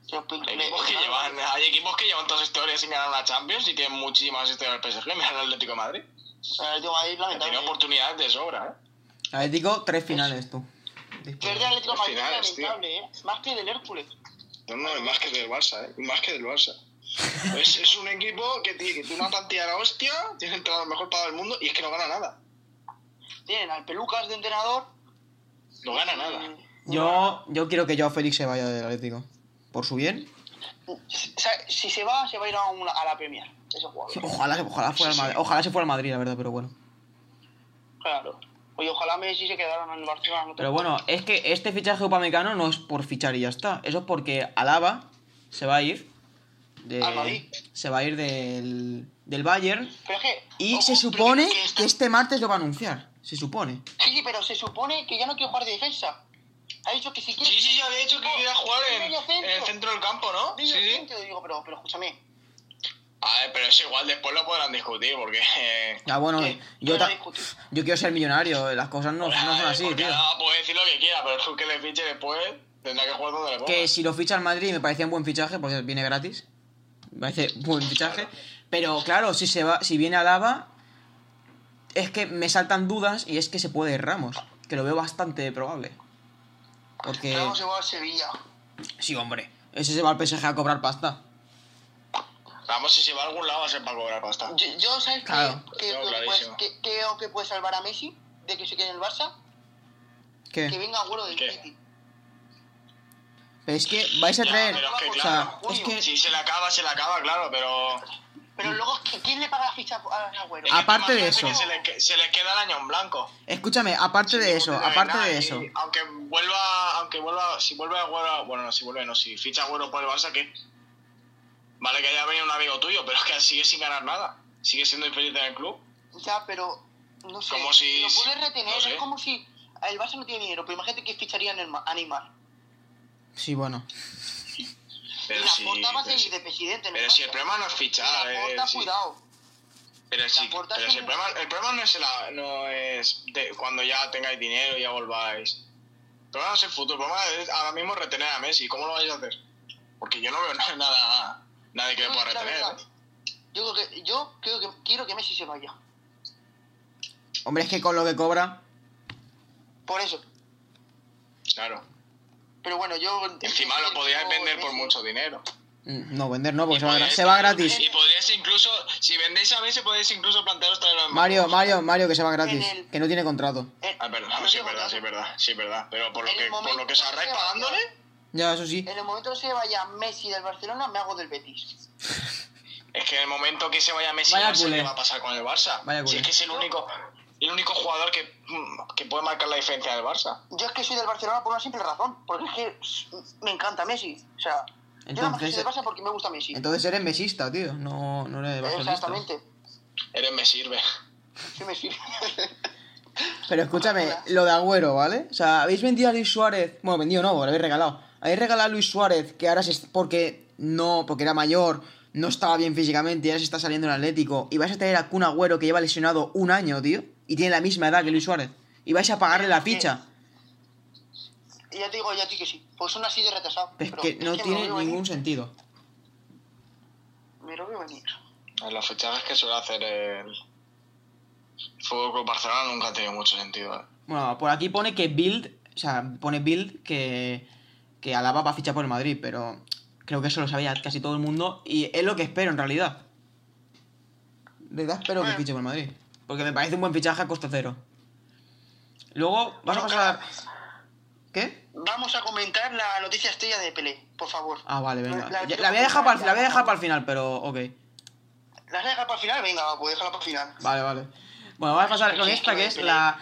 Yo pienso- Hay equipos que le- llevan, hay equipos que llevan todas historias sin ganar una Champions y tienen muchísimas historias en el PSG. Mira el Atlético de Madrid. El Atlético de Madrid, que Tiene lamentable. oportunidades de sobra, ¿eh? Atlético, Pues, tres finales, tú. Ser de Atlético de Madrid es Finales, tío. lamentable, ¿eh? Más que del Hércules. No, no, y más que del Barça, ¿eh? Y Más que del Barça. Es, es un equipo que tiene, que tiene una plantilla de la hostia, tiene el entrenador mejor pagado del mundo y es que no gana nada. Tienen al Pelucas de entrenador. No gana nada. y- Yo, yo quiero que Joao Félix se vaya del Atlético. Por su bien. Si, si se va, se va a ir a, una- a la Premier. Ese jugador. Ojalá, ojalá, fuera al Sí, sí. Madrid, ojalá se fuera al Madrid, la verdad, pero bueno. Claro. Oye, ojalá Messi se quedara en el Barcelona. no te- Pero bueno, es que este fichaje upamecano no es por fichar y ya está. Eso es porque Alaba se va a ir. de- Al Madrid. se va a ir del, del Bayern. Pero es que- Y ojo, se pero supone que está- que este martes lo va a anunciar. Se supone. Sí, sí, pero se supone que ya no quiere jugar de defensa. Ha dicho que si quiere. Sí, sí, yo había dicho que quería jugar en, Oh, Medio centro. en el centro del campo, ¿no? Medio centro, digo, pero, pero escúchame. Eh. A ver, pero eso igual después lo podrán discutir porque... eh, Ya Ah, bueno, ¿Qué? yo, No ta- lo discutimos. yo quiero ser millonario, las cosas no, no son así, porque tío. Alaba puede decir lo que quiera, pero el que le fiche después tendrá que jugar donde le ponga. Que si lo ficha al Madrid me parecía un buen fichaje, porque viene gratis. Me parece buen fichaje. Pero claro, si se va, si viene Alaba, es que me saltan dudas y es que se puede ir Ramos, que lo veo bastante probable. Porque. Ramos se va a Sevilla. Sí, hombre. Ese se va al PSG a cobrar pasta. Vamos, si se va a algún lado va a ser para cobrar pasta. Yo, yo, ¿sabes Claro. qué? Lo tengo que, clarísimo. creo que puede salvar a Messi de que se quede en el Barça. Que ¿Qué? venga Agüero del ¿Qué? City. Pero es que vais a Ya, traer. pero es que o sea, claro. es que. Si se le acaba, se le acaba, claro, pero... Pero luego, es que ¿quién le paga la ficha a Agüero? es que Aparte de eso. imagínate que se, le, que- se le queda el año en blanco. Escúchame, aparte de eso, Ningún aparte nada, de y eso. Aunque vuelva, aunque vuelva, si vuelve a Agüero, bueno, no, si vuelve, no, si ficha Agüero por el Barça, ¿qué? Vale que haya venido un amigo tuyo, pero es que sigue sin ganar nada. Sigue siendo infeliz en el club. Ya, pero no sé. Como si- Lo puedes retener, no sé. es como si el Barça no tiene dinero, pero imagínate que ficharían el Ma- a Neymar. Sí, bueno. Pero y la si, Porta va a pero si- seguir de presidente. en el pero si el Barça. problema no es Y fichar, la eh, Porta, si- cuidado. Pero sí, Laporta pero es si el un- problema, el problema no es, el- no es de- cuando ya tengáis dinero y ya volváis. El problema no es el futuro, el problema es ahora mismo retener a Messi. ¿Cómo lo vais a hacer? Porque yo no veo na- nada, nadie que Yo le pueda creo que Mm, la retener. verdad, ¿eh? Yo creo que, yo creo que quiero que Messi se vaya. Hombre, es que con lo que cobra. Por eso. Claro. Pero bueno, yo. Encima lo podíais vender por mucho dinero. mm, No, vender no, porque se va, gra- Podíais- se va gratis. Y podríais incluso, si vendéis a Messi, podéis incluso plantearos traerlo en Mario, Mario, Mario, que se va gratis. En el- Que no tiene contrato. Eh, Ah, perdón, no sí, sé es verdad, cuánto. sí, es verdad, sí, es verdad. Pero por lo En el que, por lo momento que os que ahorráis se vaya. pagándole, Ya, eso sí. En el momento que se vaya Messi del Barcelona, me hago del Betis. Es que en el momento que se vaya Messi, Vaya no sé culé. qué va a pasar con el Barça. Vaya si culé. es que es el único, el único jugador que, mm, que puede marcar la diferencia del Barça. Yo es que soy del Barcelona por una simple razón, porque es que me encanta Messi. O sea, Yo nada más que Entonces, se pasa porque me gusta Messi. entonces eres mesista, tío. No, no eres barcelonista. Exactamente. Eres me sirve. Sí me sirve. Pero escúchame, lo de Agüero, ¿vale? O sea, habéis vendido a Luis Suárez. Bueno, vendido no, lo habéis regalado. Habéis regalado a Luis Suárez, que ahora se. est- Porque no, porque era mayor, no estaba bien físicamente, y ahora se está saliendo en Atlético. Y vais a tener a Kun Agüero, que lleva lesionado un año, tío. Y tiene la misma edad que Luis Suárez. Y vais a pagarle la ficha. Y ya te digo, ya a ti que sí. Pues son así de retrasados. Es pero que no me tiene lo veo ningún venir. sentido. Me lo veo venir. En los fichajes que suele hacer el Fútbol Club Barcelona nunca ha tenido mucho sentido. ¿eh? Bueno, por aquí pone que Build. O sea, pone Build que. Que Alaba va a fichar por el Madrid, pero. Creo que eso lo sabía casi todo el mundo. Y es lo que espero, en realidad. De verdad espero que Bueno. fiche por el Madrid. Porque me parece un buen fichaje a coste cero. Luego, vas a pasar. ¿Qué? Vamos a comentar la noticia estrella de Pelé, por favor. Ah, vale, venga. La- Ya- La, había dejado para, la había dejado para el final, pero ok. ¿La has dejado para el final? Venga, va, pues déjala para el final. Vale, vale. Bueno, vamos a pasar con esta que es la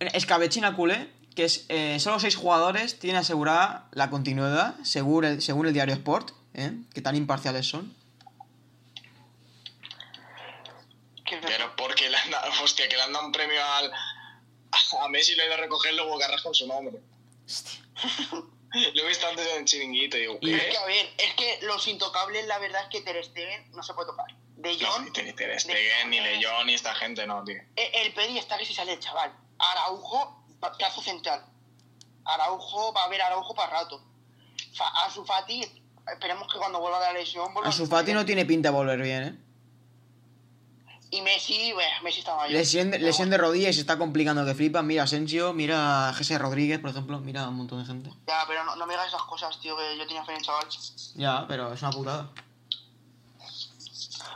escabechina culé, que es eh, solo seis jugadores tienen asegurada la continuidad según el, según el diario Sport, ¿eh? que tan imparciales son. Que- Pero porque le han dado, hostia, que le han dado un premio al, a Messi y lo han ido a recoger luego Carras con su nombre. Lo he visto antes en el chiringuito y digo, Y- Es que, ¿eh? a ver, es que los intocables, la verdad es que Ter Stegen no se puede tocar. De No, Jong, ni Ter- Ter Stegen, ni León, ni esta gente, no, tío. eh, el Pedri está que se sale el chaval. Araujo, pa- plazo central. Araujo, va a haber Araujo para rato. Fa- Ansu Fati, esperemos que cuando vuelva de la lesión... vuelva A su Fati no tiene pinta de volver bien, ¿eh? Y Messi, bueno, Messi está mayor. Lesión de, Pero lesión bueno, de rodillas y se está complicando que flipan. Mira a Asensio, mira a Jesse Rodríguez, por ejemplo, mira a un montón de gente. Ya, pero no, no me digas esas cosas, tío, que yo tenía fe en el chaval. Ya, pero es una putada.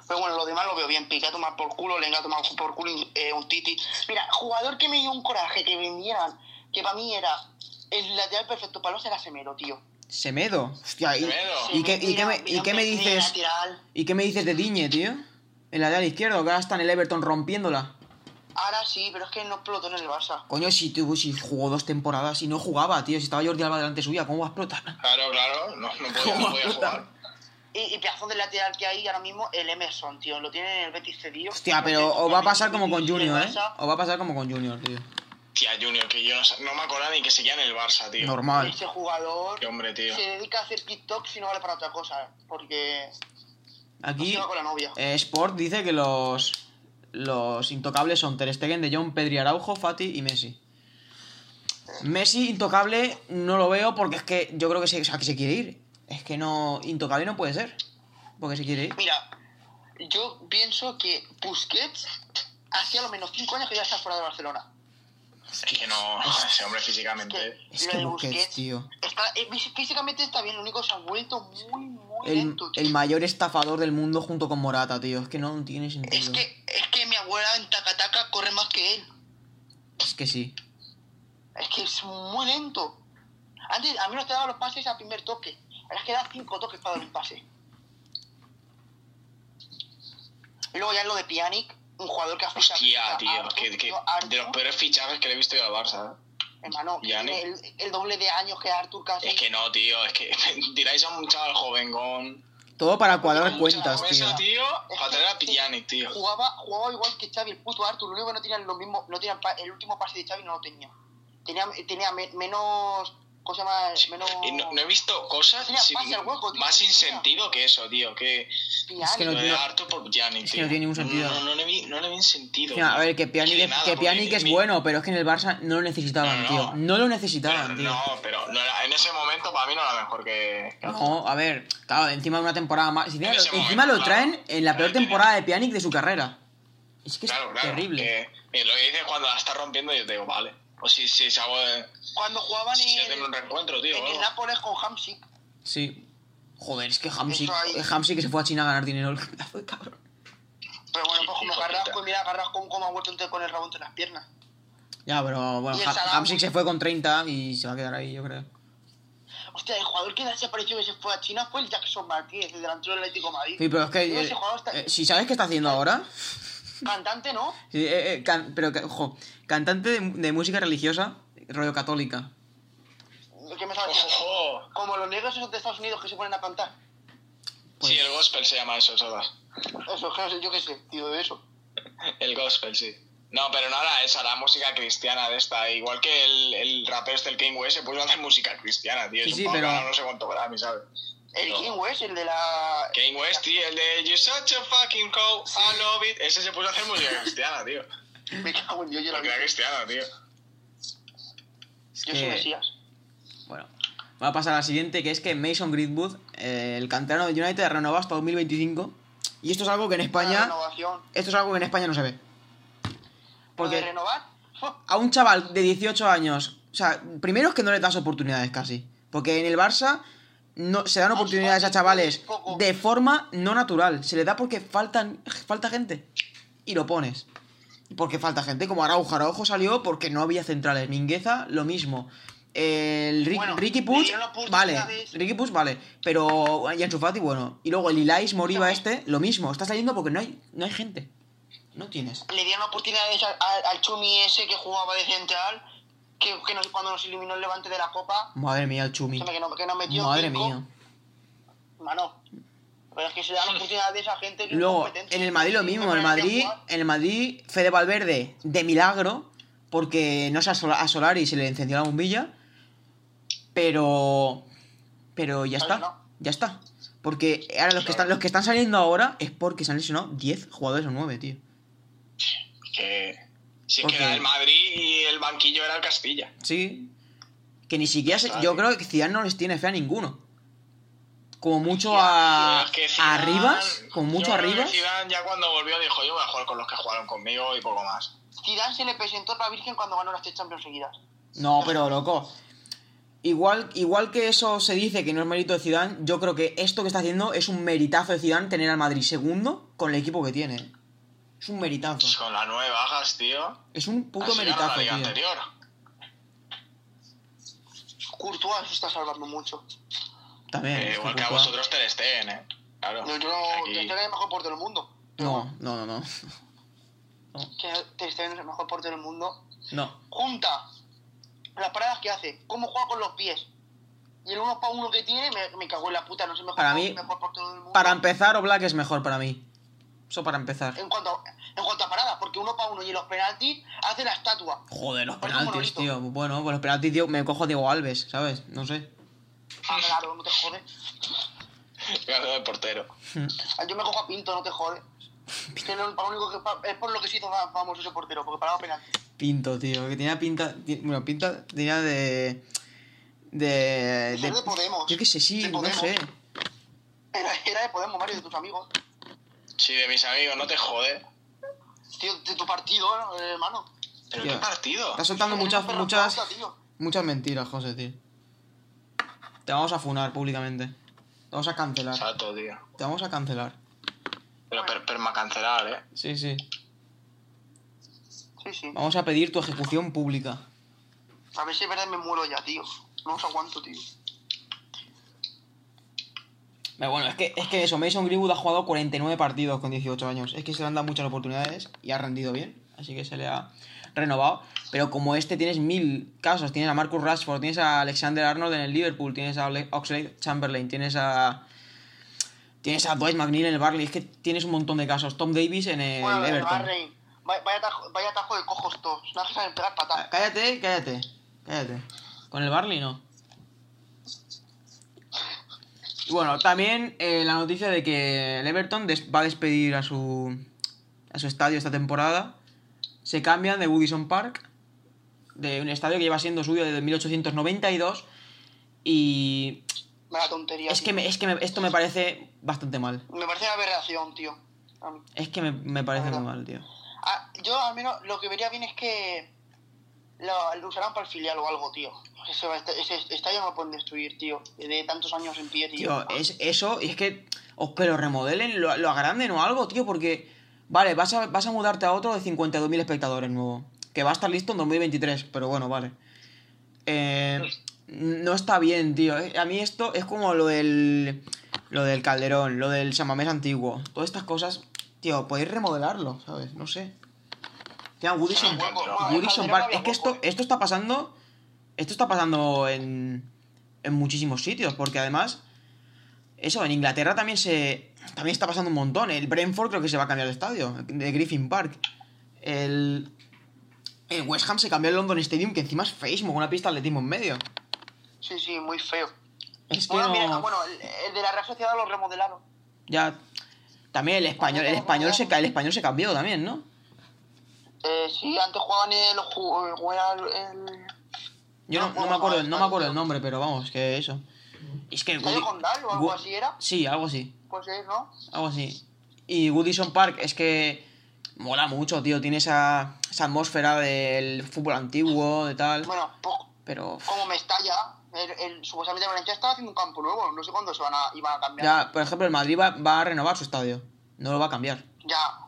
Pero bueno, lo demás lo veo bien. Piqué a tomar por culo, Lenga a tomar por culo, eh, un Titi. Mira, jugador que me dio un coraje que vendieran, que para mí era el lateral perfecto para los era Semero, tío. Semedo. Hostia, ¿y, Semedo. y qué, y qué me, Mira, y qué me mira, dices? lateral. ¿Y qué me dices de Diñe, tío? En la de izquierdo, que ahora está en el Everton rompiéndola. Ahora sí, pero es que no explotó en el Barça. Coño, si, tú, si jugó dos temporadas y no jugaba, tío. Si estaba Jordi Alba delante suya, ¿cómo va a explotar? Claro, claro, no, no podía, no podía jugar. Y, y pedazo de lateral que hay ahora mismo, el Emerson, tío. Lo tiene en el Betis cedido. Hostia, pero os va a pasar como con Junior, ¿eh? Os va a pasar como con Junior, tío. Tía, Junior, que yo no, sé- no me acuerdo ni que seguía en el Barça, tío. Normal. Ese jugador Qué hombre, tío. se dedica a hacer TikTok si no vale para otra cosa. Porque no Aquí, se va con la novia. eh, Sport dice que los los intocables son Ter Stegen, De Jong, Pedri, Araujo, Fati y Messi. Messi, intocable, no lo veo porque es que yo creo que se, o sea, que se quiere ir. Es que no... Intocable no puede ser. Porque se quiere ir. Mira, yo pienso que Busquets hacía lo menos 5 años que ya está fuera de Barcelona. Es que no, ese hombre físicamente. Es Lo que de Busquets, tío. Está, eh, fí- físicamente está bien, lo único que se ha vuelto muy, muy El, lento. tío. el mayor estafador del mundo junto con Morata, tío. Es que no tiene sentido. es, que, es que mi abuela en Takataka corre más que él. Es que sí. Es que es muy lento. Antes, a mí no te daba los pases al primer toque. Ahora es que da 5 toques para dar un pase. Y luego ya lo de Pjanic, un jugador que ha fichado Hostia, a tío. Arthur, que- que- tío, Arthur. de los peores fichajes que le he visto yo al Barça. ¿eh? Hermano, que Yannick. tiene el, el doble de años que Artur casi. Es que no, tío. Es que tiráis a un chaval joven con. Todo para cuadrar con cuentas, mucha tío. promesa, tío. Para tener a Pjanic, tío. Jugaba, jugaba igual que Xavi, el puto Artur. Lo único que no tenían lo mismo, no tenían pa- el último pase de Xavi no lo tenía. Tenía, tenía me- menos, ¿cómo se llama? Menos... Y no, no he visto cosas Mira, sin- pasa el hueco, tío, más sin mira. sentido que eso, tío. Que Pjanic. que no lo de tiene- Arthur por Pjanic, es que tío. no tiene ningún sentido. No, no, no le, vi, no le vi un sentido. Mira, a tío. ver, que Pjanic, Ni es- nada, que porque Pjanic ni- es ni- bueno, pero es que en el Barça no lo necesitaban, No, no. tío. No lo Pero necesitaban, tío. No, pero no era- en ese momento para mí no era mejor que. que No, a ver, claro, encima de una temporada más. si tiene- En ese encima momento, lo claro. traen en la peor Claro, tiene- temporada de Pjanic de su carrera. Es que es Claro, claro. eh. terrible. que- que lo que dices cuando la está rompiendo, yo te digo, vale. O si, si se hago Cuando jugaban si se en, tiene un reencuentro, tío. en o el algo. Nápoles con Hamsik. Sí. Joder, es que Hamsik, eh, Eso ahí. Hamsik que se fue a China a ganar dinero, el pedazo de cabrón. Pero bueno, pues como Hijo de Carrasco, puta. y mira Carrasco cómo ha vuelto entre- con el rabo entre las piernas. Ya, pero bueno, Y el Ha- Salah- Hamsik se fue con 30 y se va a quedar ahí, yo creo. Hostia, el jugador que desapareció que se fue a China fue el Jackson Martínez, el delantero del Atlético de Madrid. Sí, pero es que. Ese eh, jugador está- eh, si sabes qué está haciendo ahora. Cantante, ¿no? Sí, eh, eh, can- pero, que- ojo, cantante de, de música religiosa, rollo católica. ¿Qué me sabes? Ojo, Como los negros esos de Estados Unidos que se ponen a cantar. Pues- Sí, el gospel se llama eso, todas. Eso, que no sé, yo qué sé, tío, de eso. El gospel, sí. No, pero no era esa, la música cristiana de esta. Igual que el, el rapero este, el King West, se puso a hacer música cristiana, tío. Sí, es sí, un pavo pero- que ganó no sé cuánto Grammy, ¿sabes? El No. King West, el de la. King West, tío, el de You're such a fucking cow, I love it. Ese se puso a hacer música cristiana, tío. Me cago en Dios, yo la vi. Música cristiana, tío. Es Yo soy que- Mesías. Bueno, vamos a pasar a la siguiente, que es que Mason Greenwood, eh, el canterano de United, ha renovado hasta 2025. Y esto es algo que en La España. renovación. Esto es algo que en España no se ve. ¿Lo de Porque renovar? a un chaval de 18 años, o sea, primero es que no le das oportunidades casi. Porque en el Barça no, se dan Ah, oportunidades a sí, chavales poco. de forma no natural. Se le da porque faltan, falta gente. Y lo pones. Porque falta gente. Como Araujo. Araujo salió porque no había centrales. Mingueza, lo mismo. El Ri- Bueno, Ricky le Puig, dieron oportunidades. vale. Ricky Puig, vale. Pero Ansu Fati, bueno. Y luego el Ilais Moriba este, lo mismo. Está saliendo porque no hay, no hay gente. No tienes. Le dieron oportunidades al, al, al Chumi ese que jugaba de central, que, que no sé cuando nos eliminó el levante de la copa, Madre mía, el Chumi. que no, que no metió Madre cinco. mía. Mano. Pero es que se dan oportunidades a gente que es Luego, competente. en el Madrid lo mismo, en el No me Madrid, jugar. en el Madrid, Fede Valverde, de milagro, porque no sé, a Sola- a Solari se le encendió la bombilla, pero. Pero ya Ahora está, no. ya está. Porque ahora los que están, los que están saliendo ahora es porque se han lesionado 10 jugadores o 9, tío. Que. Si es Porque- que era el Madrid y el banquillo era el Castilla. Sí. Que ni siquiera se- Está Yo bien. creo que Zidane no les tiene fe a ninguno. Como mucho Ya, a. es que a Zidane- Arribas, como mucho yo creo que arriba. Zidane ya cuando volvió dijo, yo voy a jugar con los que jugaron conmigo y poco más. Zidane se le presentó la Virgen cuando ganó las tres Champions seguidas. No, pero loco. Igual, igual que eso se dice que no es mérito de Zidane, yo creo que esto que está haciendo es un meritazo de Zidane tener al Madrid segundo con el equipo que tiene. Es un Pues meritazo. con las nueve bajas, tío. Es un puto así ganó la meritazo, liga tío. anterior. Courtois se está salvando mucho. También. Eh, es que igual que a Courtois- vosotros Ter Stegen, eh. Claro. Yo creo Aquí- que es el mejor portero del mundo. No, no, no, no. Que Ter Stegen es el mejor portero del mundo. No. Junta las paradas que hace, cómo juega con los pies. Y el uno para uno que tiene, me, me cago en la puta. No es el mejor, Para mí- mejor portero del mundo. Para empezar, Oblak es mejor para mí. Eso para empezar. en cuanto, a- en cuanto a paradas, porque uno para uno y en los penaltis hace la estatua. Joder, los Parece un penaltis, monolito. tío. Bueno, pues los penaltis, tío, me cojo a Diego Alves, ¿sabes? No sé. Ah, claro, no te jodes. Claro, de portero. Ah, Yo me cojo a Pinto, no te jodes. Que no- para lo único que pa- es por lo que se hizo fa- famoso ese portero, porque paraba penaltis. Pinto, tío, que tenía pinta. ti- Bueno, pinta tenía de. De. Ser de Podemos. Yo qué sé, sí, De no Podemos. sé. Era, era de Podemos, Mario, de tus amigos. Sí, de mis amigos, no te jode. Tío, de tu partido, eh, hermano. Pero Tío, qué partido. Estás soltando muchas, Pero muchas. falta, tío. Muchas mentiras, José, tío. Te vamos a funar públicamente. Te vamos a cancelar. Exacto, tío. Te vamos a cancelar. Pero per permacancelar, eh. Sí, sí. Sí, sí. Vamos a pedir tu ejecución pública. A ver si es verdad me muero ya, tío. No os aguanto, tío. Pero Eh, bueno, es que, es que eso, Mason Greenwood ha jugado 49 partidos con 18 años. Es que se le han dado muchas oportunidades y ha rendido bien. Así que se le ha renovado. Pero como este tienes mil casos, tienes a Marcus Rashford, tienes a Alexander Arnold en el Liverpool, tienes a Oxlade Chamberlain, tienes a. Tienes a Dwight McNeil en el Barley, es que tienes un montón de casos. Tom Davis en el Bueno, el Everton. Bahrein. Va- Vaya tajo, vaya tajo de cojos todos. No saben pegar Ah, patadas. Cállate, cállate, cállate. Con el Barley no. Y bueno, también eh, la noticia de que el Everton des- va a despedir a su, a su estadio esta temporada. Se cambian de Woodison Park, de un estadio que lleva siendo suyo desde 1892. Y Mala tontería. es que, tío. me- es que me- esto me parece bastante mal. me... parece una aberración, tío. A mí. Es que me, me parece muy Ajá. mal, tío. Ah, yo al menos lo que vería bien es que lo, lo usarán para el filial o algo, tío. Ese, va- este- ese estadio no lo pueden destruir, tío. De tantos años en pie, tío. Tío, es eso, y es que. O que lo remodelen, lo, lo agranden o algo, tío, porque. Vale, vas a, vas a mudarte a otro de 52.000 espectadores nuevo. Que va a estar listo en 2023, pero bueno, vale. Eh, no está bien, tío. Eh, A mí esto es como lo del. Lo del Calderón, lo del chamamés antiguo. Todas estas cosas, tío, podéis remodelarlo, ¿sabes? No sé. Tío, Woodison, Sí, Hueco, Calderón. bueno, Woodison Calderón Park. había Es que hueco, esto, esto está pasando. Esto está pasando en. en muchísimos sitios. Porque además. Eso, en Inglaterra también se. También está pasando un montón. El Brentford creo que se va a cambiar de estadio, de Griffin Park. El. El West Ham se cambió al London Stadium, que encima es feísimo, con una pista de atletismo en medio. Sí, sí, muy feo. Es que Bueno, no- mira, bueno, el, el de la Real Sociedad lo remodelaron. Ya. También el español, el español se, ca- el español se cambió también, ¿no? Eh, sí, antes jugaban el... ju- jugaban el- Yo no, no me acuerdo, no me acuerdo el nombre, pero vamos, que eso. Y es que ¿Estadio Condal o algo Gu- así era? Sí, algo así. Pues es, ¿no? Algo así. Y Goodison Park es que mola mucho, tío. Tiene esa, esa atmósfera del fútbol antiguo, de tal. Bueno, pues Pero. uf, como me estalla, el, el- supuestamente Valencia está haciendo un campo nuevo, no sé cuándo se van a, iban a cambiar. Ya, por ejemplo, el Madrid va, va a renovar su estadio. No lo va a cambiar. Ya.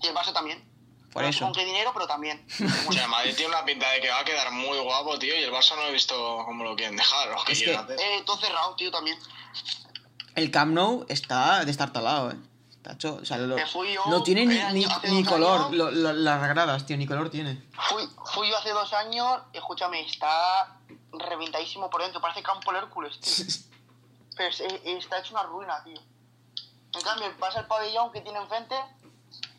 Y el Barça también. Por No sé eso. Con qué Ah, dinero, pero también. O sea, Madrid tiene una pinta de que va a quedar muy guapo, tío, y el Barça no he visto cómo lo quieren dejar, o qué Es quieren que- hacer. eh, todo cerrado, tío, también. El Camp Nou está destartalado, eh. Está hecho- o sea, lo- Me fui yo, no tiene ni, eh, ni- hace ni dos color. años. lo- lo- las gradas, tío, ni color tiene. Fui, fui yo hace dos años, escúchame, está reventadísimo por dentro, parece campo el Hércules, tío. Pero es- es- está hecho una ruina, tío. En cambio, pasa el pabellón que tiene enfrente,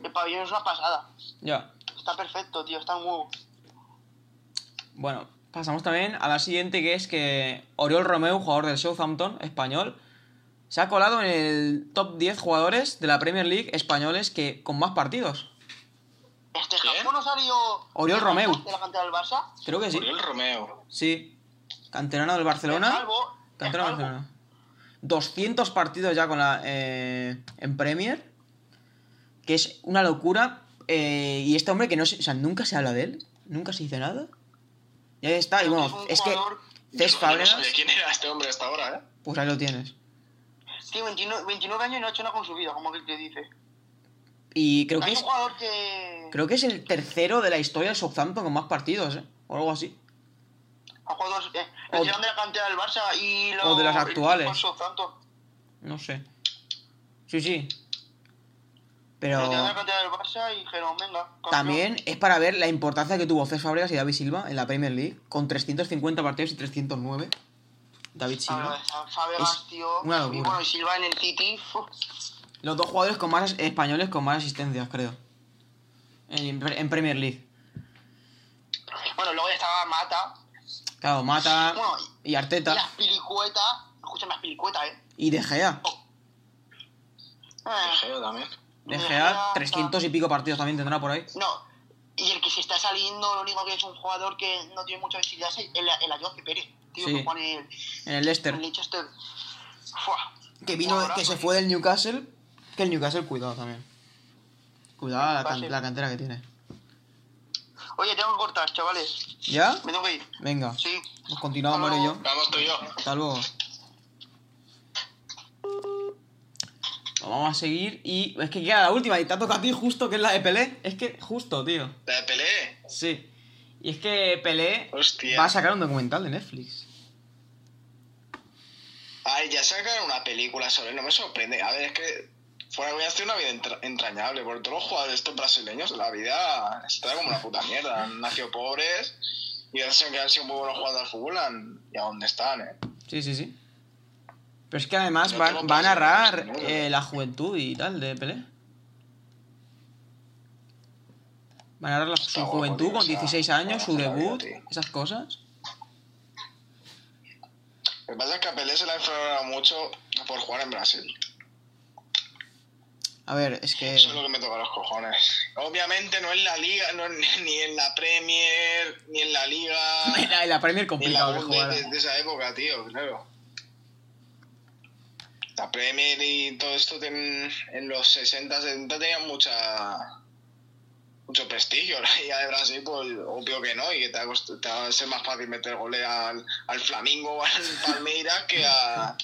el pabellón es una pasada. ya. Está perfecto, tío, está nuevo. Bueno, pasamos también a la siguiente que es que Oriol Romeu, jugador del Southampton, español, se ha colado en el top 10 jugadores de la Premier League españoles que con más partidos. Este ¿Quién? Japón no salió. Oriol de- Romeu. De la cantera del Barça. Creo que sí. Oriol Romeo. Sí. Canterano del Es Barcelona. calvo, es Canterano del calvo. Barcelona. 200 partidos ya con la eh, en Premier. Que es una locura. Eh, y este hombre que no se, o sea, nunca se habla de él. Nunca se dice nada. Ya está. Y Creo bueno, que es es un que jugador- Cesc Yo no- yo no Fábregas, sabía quién era este hombre hasta ahora, ¿eh? pues ahí lo tienes. Tiene 29, 29 años y no ha hecho nada con su vida, como que te dice. Y creo que Hay un es, jugador que creo que es el tercero de la historia del Southampton con más partidos, ¿eh? O algo así. ha jugado eh, O- el tirón de la cantera del Barça y lo, o de las el- actuales. con Southampton. No sé. Sí, sí. El Pero tirón de la cantera del Barça y dijeron, venga. campeón. también es para ver la importancia que tuvo César Fábregas y David Silva en la Premier League, con 350 partidos y 309. David Claro, Silva. Fa- Fábregas, Es tío. una Y locura. bueno, y Silva en el City. fu, Los dos jugadores con más españoles con más asistencias, creo. En, en Premier League. Bueno, luego ya estaba Mata. Claro, Mata Bueno, y Y las Arteta pilicuetas. Escúchame, las pilicuetas, eh. y De Gea. Eh, Geo también. De De Gea, Gea, 300 y pico partidos también tendrá por ahí. No. Y el que se está saliendo, lo único que es un jugador que no tiene mucha visibilidad es el, el Ayoce Pérez. Tío, Sí. que pone el, En el Leicester. el Leicester. Fua. Que vino, Jugadorazo, que se tío. fue del Newcastle. Que el Newcastle, cuidado también. Cuidado la, can- Newcastle. la cantera que tiene. Oye, tengo que cortar, chavales. ¿Ya? Me tengo que ir. Venga. Sí. Pues continuamos, Mario y yo. Vamos tú y yo. Hasta luego. Vamos a seguir y... Es que queda la última y te ha tocado a ti justo, que es la de Pelé. Es que justo, tío. La de Pelé. Sí. Y es que Pelé Hostia. va a sacar un documental de Netflix. Ay, ya sacaron una película sobre él, no me sorprende. A ver, es que fuera voy a hacer una vida entra- entrañable, porque todos los jugadores estos brasileños, la vida está como una puta mierda. Han nacido pobres y han sido, que han sido muy buenos jugando al fútbol han- y a dónde están, ¿eh? Sí, sí, sí. Pero es que además No va, tengo va a pasión, narrar no, no. eh, la juventud y tal de Pelé. Va a narrar la- su Está guapo, juventud tío, con o sea, 16 años, su vamos a la debut, vida, tío. esas cosas. Lo que pasa es que a Pelé se le ha infravalorado mucho por jugar en Brasil. A ver, es que... Eso es lo que me toca los cojones. Obviamente no en la liga, no en- ni en la Premier, ni en la liga, En la, en la Premier ni en la complicado que Bundesliga jugar. de, de esa época, tío, claro. La Premier y todo esto ten- en los 60, 70 tenían mucha mucho prestigio. La liga de Brasil, pues obvio que no, y que te va a, cost- te va a ser más fácil meter goles al, al Flamingo o al Palmeiras que a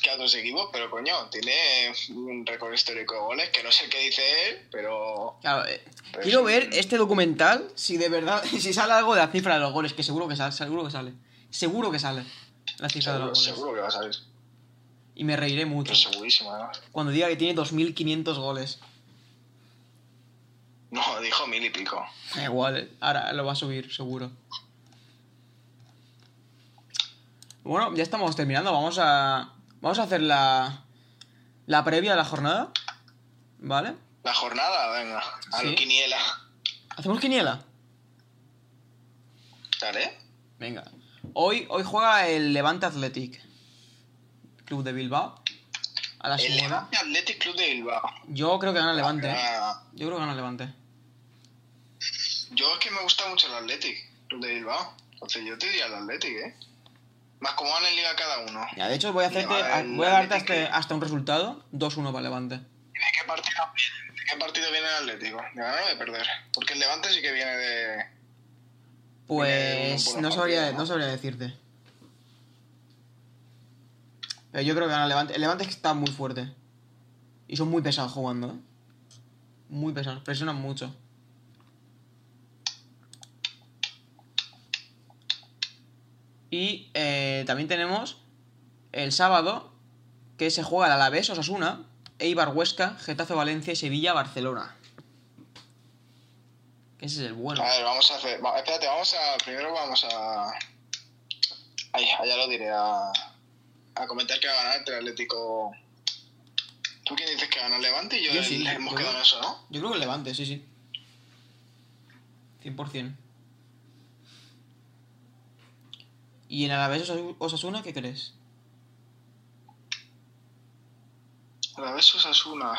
que a otros equipos, pero coño, tiene un récord histórico de goles, que no sé qué dice él, pero Claro, eh, Pero quiero sí. ver este documental si de verdad, si sale algo de la cifra de los goles, que seguro que sale, seguro que sale. Seguro que sale la cifra de seguro, los goles. seguro que va a salir. Y me reiré mucho Pero segurísimo, además. cuando diga que tiene 2.500 goles. No, dijo mil y pico. Da Igual, eh, ahora lo va a subir, seguro. Bueno, ya estamos terminando. Vamos a, Vamos a hacer la, la previa de la jornada. ¿Vale? La jornada, venga. A lo Sí. quiniela. ¿Hacemos quiniela? ¿Dale? Venga. Hoy, hoy juega el Levante Athletic. Club de Bilbao. A las El 9. Levante Athletic Club de Bilbao. Yo creo que gana el Levante. ¿eh? Ah, Yo creo que gana el Levante. yo es que me gusta mucho el Athletic Club de Bilbao. Entonces yo te diría el Athletic, ¿eh? Más como van en liga cada uno. Ya, de hecho, voy a hacerte, Lleva a- el voy a darte Athletic. hasta, hasta un resultado. 2-1 para el Levante. ¿Y de qué partido, de qué partido viene el Atlético? ¿De ganar o de perder? Porque el Levante sí que viene de... Tiene un Pues buen no partido, sabría, ¿no? no sabría decirte. Pero yo creo que gana el Levante. El Levante es que está muy fuerte. Y son muy pesados jugando, ¿eh? Muy pesados. Presionan mucho. Y eh, también tenemos el sábado que se juega el Alavés Osasuna, Eibar Huesca, Getafe Valencia y Sevilla Barcelona. Que ese es el bueno. A ver, vamos a hacer... va, espérate, vamos a... Primero vamos a... Ay, allá lo diré. A, a comentar que va a ganar el Atlético... ¿Tú quién dices que gana el Levante? Y yo, Yo sí, el- hemos yo- quedado en eso, ¿no? Yo creo que Levante, sí, sí. 100%. ¿Y en Alavés Osasu- Osasuna qué crees? A la vez Osasuna.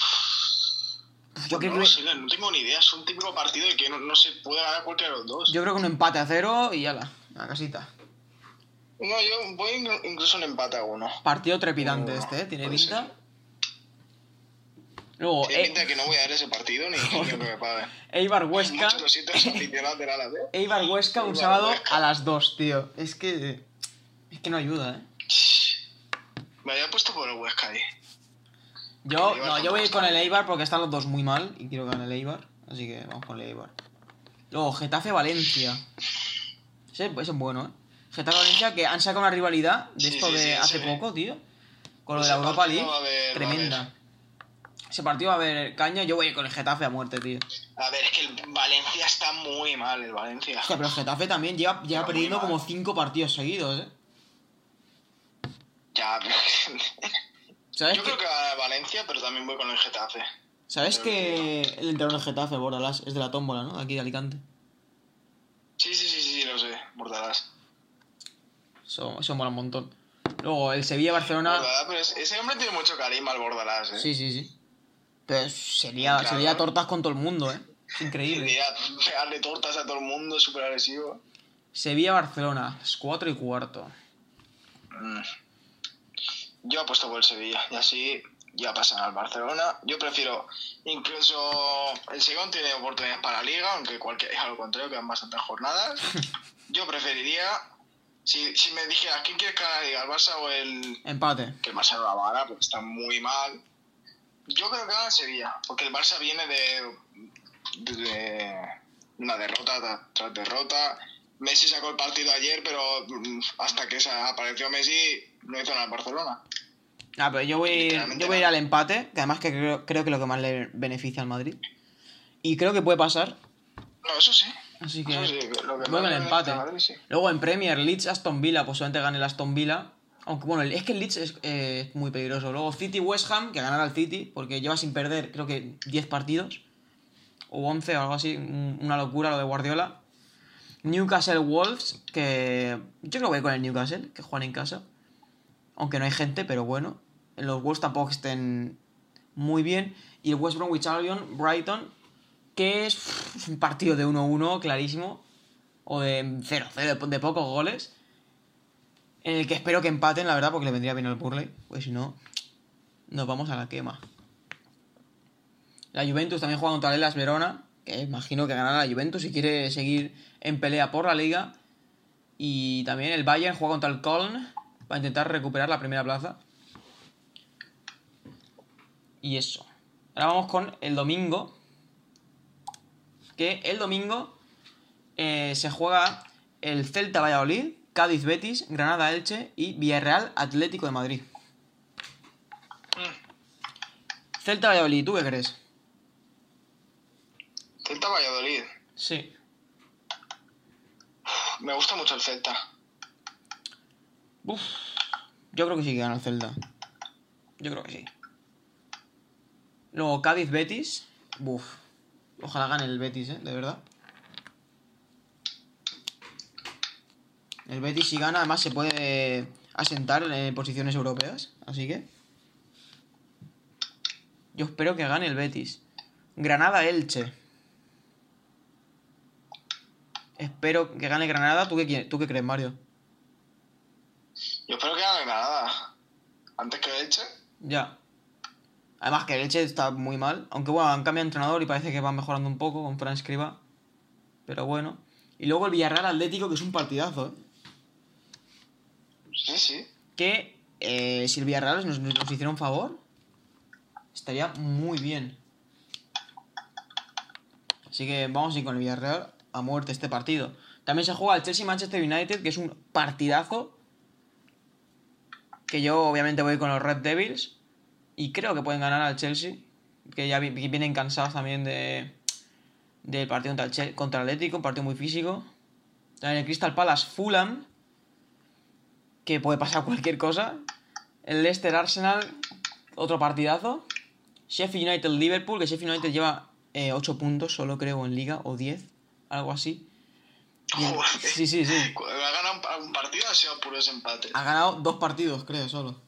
Uf, Yo Yo creo, no, lo que, sé, no tengo ni idea. Es un típico partido en que no, no se puede ganar cualquiera de los dos. yo creo que un empate a cero y ala, a la casita. No, yo voy in- incluso un empate a uno. Partido trepidante No, este, ¿eh? Tiene Oh, puede pinta. Luego, Tiene eh, pinta que no voy a ver ese partido ni ni creo que me paguen. Eibar Huesca. Mucho lo siento, los aficionados del Alavés. Eibar Huesca un Eibar sábado Huesca. a las 2, tío. Es que. Es que no ayuda, ¿eh? Me había puesto por el Huesca ahí. Yo, El Eibar no, yo tampoco voy a ir está con el Eibar porque están los dos muy mal y quiero ganar el Eibar. Así que vamos con el Eibar. Luego, Getafe-Valencia. Ese, ese es bueno, ¿eh? Getafe-Valencia que han sacado una rivalidad de Sí, esto sí, de sí, hace sí. poco, tío. Con lo de Ese la Europa partido League. va a haber- va a tremenda. Ese partido va a haber caña. Yo voy a ir con el Getafe a muerte, tío. A ver, es que el Valencia está muy mal, el Valencia. Hostia, pero el Getafe también lleva, lleva Pero eh. muy perdiendo mal. como 5 partidos seguidos, ¿eh? Ya, ¿Sabes Yo que, creo que va a Valencia, pero también voy con el Getafe. ¿sabes creo que el entrenador del Getafe, Bordalás, es de la tómbola, ¿no? Aquí de Alicante. Sí, sí, sí, sí, lo sé, Bordalás. Eso, eso mola un montón. Luego, el Sevilla-Barcelona. Bordalás, pero es- ese hombre tiene mucho carisma, el Bordalás, ¿eh? Sí, sí, sí. Pero sería, Claro. sería tortas con todo el mundo, ¿eh? Es increíble. Debería pegarle tortas a todo el mundo, súper agresivo. Sevilla-Barcelona, es 4 y cuarto. Mm. Yo apuesto por el Sevilla y así ya pasan al Barcelona. Yo prefiero, incluso el Segón tiene oportunidades para la Liga, aunque cualquier, es algo contrario, quedan bastantes jornadas. Yo preferiría, si, si me dijeras quién quieres que gane la Liga, el Barça o el. Empate. que el Barça no la va a ganar porque está muy mal. Yo creo que gana el Sevilla, porque el Barça viene de, de una derrota tra- tras derrota. Messi sacó el partido ayer, pero mm, hasta que se apareció Messi no hizo nada el Barcelona. Ah, pero yo voy, a ir- Literalmente yo voy a ir nada. al empate, que además que creo, creo que es lo que más le beneficia al Madrid. Y creo que puede pasar, No, eso sí. así Eso sí, que... lo voy que con más el me empate. gusta de Madrid, sí. Luego en Premier, Leeds-Aston Villa, pues solamente gane el Aston Villa. Aunque bueno, es que el Leeds es eh, muy peligroso. Luego City-West Ham, que ganará el City, porque lleva sin perder creo que 10 partidos. O 11 o algo así, un- una locura lo de Guardiola. Newcastle Wolves, que yo creo que voy con el Newcastle, que juegan en casa. Aunque no hay gente, pero bueno. Los Wolves tampoco estén muy bien. Y el West Bromwich Albion, Brighton, que es pff, un partido de 1-1 clarísimo. O de 0-0, de, po- de pocos goles. En el que espero que empaten, la verdad, porque le vendría bien al Burley. Pues si no, nos vamos a la quema. La Juventus también juega contra el Hellas Verona. Que imagino que ganará la Juventus si quiere seguir en pelea por la liga. Y también el Bayern juega contra el Köln para intentar recuperar la primera plaza. Y eso. Ahora vamos con el domingo. Que el domingo eh, se juega el Celta Valladolid, Cádiz Betis, Granada Elche y Villarreal Atlético de Madrid. Celta Valladolid, ¿tú qué crees? Celta Valladolid. Sí. Me gusta mucho el Celta. Uf, Yo creo que sí que gana el Celta. Yo creo que sí. Luego Cádiz-Betis. Buf. Ojalá gane el Betis, ¿eh? De verdad. El Betis si gana, además se puede asentar en eh, posiciones europeas. Así que... Yo espero que gane el Betis. Granada-Elche. Espero que gane Granada. ¿Tú qué, qui- ¿Tú qué crees, Mario? Yo espero que gane Granada. Antes que Elche. Ya. Además que el Elche está muy mal. Aunque bueno, han cambiado de entrenador y parece que va mejorando un poco con Fran Escriba. Pero bueno. Y luego el Villarreal Atlético, que es un partidazo. ¿eh? Sí, sí. Que eh, si el Villarreal nos, nos hiciera un favor, estaría muy bien. Así que vamos a ir con el Villarreal a muerte este partido. También se juega el Chelsea-Manchester United, que es un partidazo. Que yo obviamente voy con los Red Devils. Y creo que pueden ganar al Chelsea. Que ya vi- vi- vienen cansados también de del partido contra el, Chel- contra el Atlético, un partido muy físico. También el Crystal Palace Fulham, que puede pasar cualquier cosa. El Leicester Arsenal, otro partidazo. Sheffield United Liverpool, que Sheffield United lleva 8 puntos solo creo en liga, o 10, algo así. Y el- Joder. Sí, sí, sí. Ah. Cuando ha ganado un pa- un partido ha sido puro desempate. Ha ganado dos partidos, creo, solo.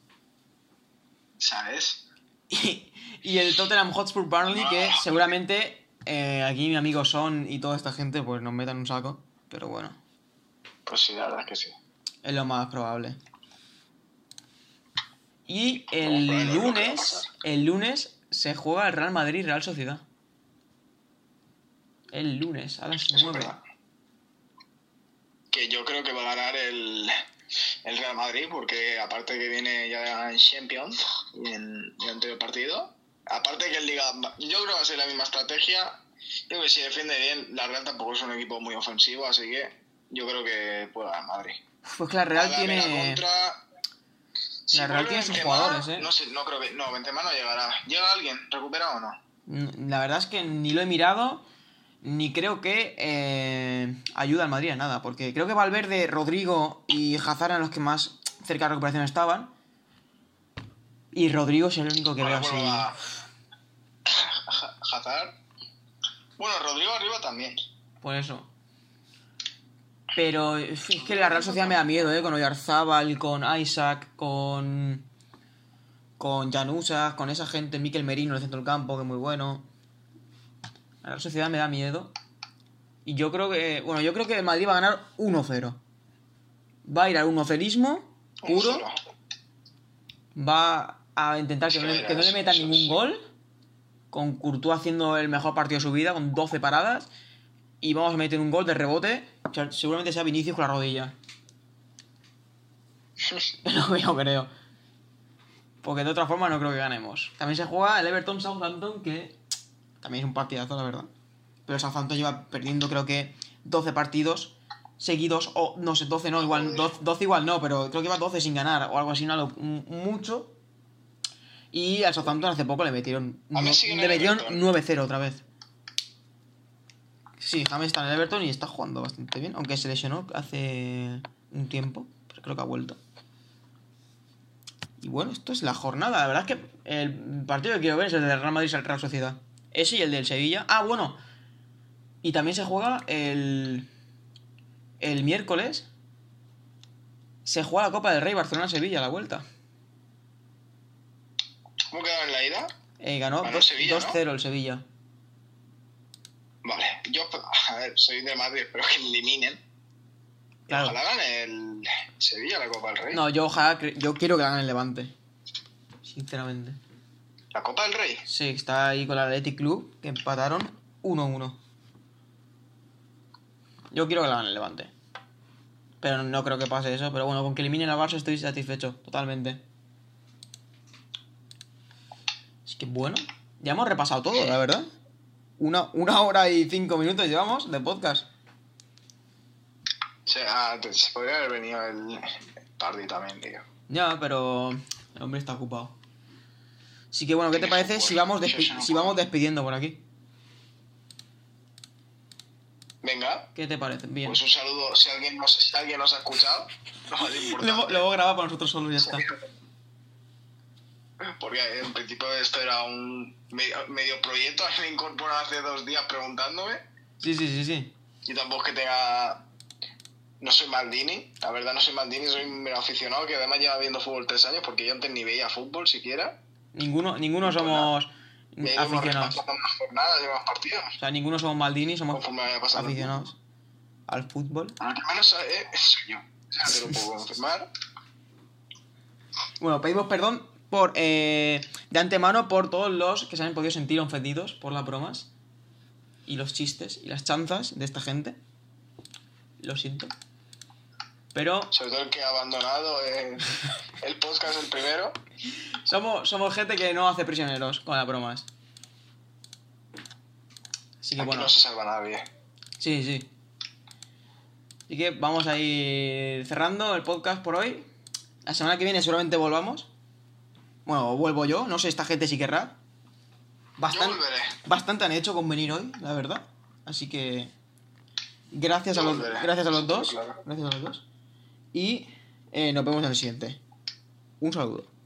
¿Sabes? Y, y el Tottenham Hotspur Burnley, que seguramente eh, aquí mi amigo Son y toda esta gente pues nos metan un saco. Pero bueno, Pues sí, la verdad es que sí. es lo más probable. Y Vamos, probable, el es lo que va a lunes, el lunes se juega el Real Madrid Real Sociedad. El lunes a las Eso es 9. verdad. Que yo creo que va a ganar el, el Real Madrid, porque aparte que viene ya en Champions y en el anterior partido, aparte que el Liga, yo creo que va a ser la misma estrategia. Creo que si defiende bien, la Real tampoco es un equipo muy ofensivo, así que yo creo que puede ganar Madrid. Pues que la Real Hágame la tiene. contra. Si Real vuelve tiene sus Benzema, jugadores, ¿eh? No, sé, no creo que. No, Benzema no llegará. ¿Llega alguien? ¿Recupera o no? Mm, La verdad es que ni lo he mirado, ni creo que eh, ayuda al Madrid a nada, porque creo que Valverde, Rodrigo y Hazard eran los que más cerca de recuperación estaban. Y Rodrigo es el único que veo Ahora así. vuelvo a- Ja- Hazard. Bueno, Rodrigo arriba también. Por eso. Pero es que la Real Sociedad me da miedo, ¿eh? Con Oyarzábal, con Isaac, con. Con Janusas, con esa gente, Miquel Merino en el centro del campo, que es muy bueno. La Real Sociedad me da miedo. Y yo creo que. Bueno, yo creo que el Madrid va a ganar 1-0. Va a ir al 1-0ismo, puro. Uno. Va a intentar que no, le- que no le metan ningún gol. Con Courtois haciendo el mejor partido de su vida, con 12 paradas. Y vamos a meter un gol de rebote. O sea, Seguramente sea Vinicius con la rodilla. No yo creo. Porque de otra forma no creo que ganemos. También se juega el Everton Southampton, que también es un partidazo, la verdad. Pero el Southampton lleva perdiendo, creo que 12 partidos seguidos, o no sé, 12 no, igual, 12, 12 igual no, pero creo que iba 12 sin ganar, o algo así, una lo- m- mucho. Y al Southampton hace poco le metieron, A mí nue- sigue en le el metieron Everton. 9-0 otra vez. Sí, James está en el Everton y está jugando bastante bien, aunque se lesionó hace un tiempo, pero creo que ha vuelto. Y bueno, esto es la jornada. La verdad es que el partido que quiero ver es el del Real Madrid al Real Sociedad. Ese y el del Sevilla. Ah, bueno. Y también se juega el. El miércoles. Se juega la Copa del Rey Barcelona-Sevilla, la vuelta. ¿Cómo quedaron en la ida? Eh, ganó Ganó dos- Sevilla, 2-0 el Sevilla. Vale, yo a ver, soy de Madrid, espero que eliminen. Claro. Ojalá gane el Sevilla la Copa del Rey. No, yo ojalá. cre- Yo quiero que la gane el Levante. Sinceramente. La Copa del Rey. Sí, está ahí con el Athletic Club, que empataron 1-1. Yo quiero que la gane el Levante. Pero no creo que pase eso. Pero bueno, con que eliminen al Barça estoy satisfecho, totalmente. Es que bueno, ya hemos repasado todo, la verdad. Una, una hora y cinco minutos llevamos de podcast. O sea, ah, te- se podría haber venido el Pardi también, tío. Ya, pero el hombre está ocupado. Así que bueno, ¿qué te Tiene parece si fútbol. vamos, despi- Eso es una si vamos despidiendo por aquí? Venga, ¿Qué te parece? Bien. Pues un saludo, si alguien nos, si alguien nos ha escuchado, lo más importante. Luego, luego graba para nosotros solo y ya pues, está. Porque en principio esto era un medio, medio proyecto, me incorporado hace dos días preguntándome. Sí, sí, sí, sí. Y tampoco es que tenga. No soy Maldini, la verdad no soy Maldini, soy un mero aficionado que además lleva viendo fútbol tres años porque yo antes ni veía fútbol siquiera. Ninguno, ninguno somos Y ahí vamos Mm, aficionados. repasando más jornadas y más partidos. O sea, ninguno somos Maldini, somos Conforme vaya pasando. el tiempo. aficionados al fútbol. Al que menos sabe eh, soy yo. O sea, te lo puedo confirmar. Bueno, pedimos perdón por eh, de antemano por todos los que se han podido sentir ofendidos por las bromas y los chistes y las chanzas de esta gente. Lo siento. Pero Sobre todo el que ha abandonado eh, el podcast el primero. somos, somos gente que no hace prisioneros con las bromas. Así que Aquí bueno. no se salva nadie. Sí, sí. Así que vamos a ir cerrando el podcast por hoy. La semana que viene seguramente volvamos. Bueno, vuelvo yo, no sé esta gente si querrá. Yo Bastante, volveré. bastante han hecho con venir hoy, la verdad. Así que gracias a Yo los, volveré. gracias a los dos. Claro. Gracias a los dos. Y eh, nos vemos en el siguiente. Un saludo.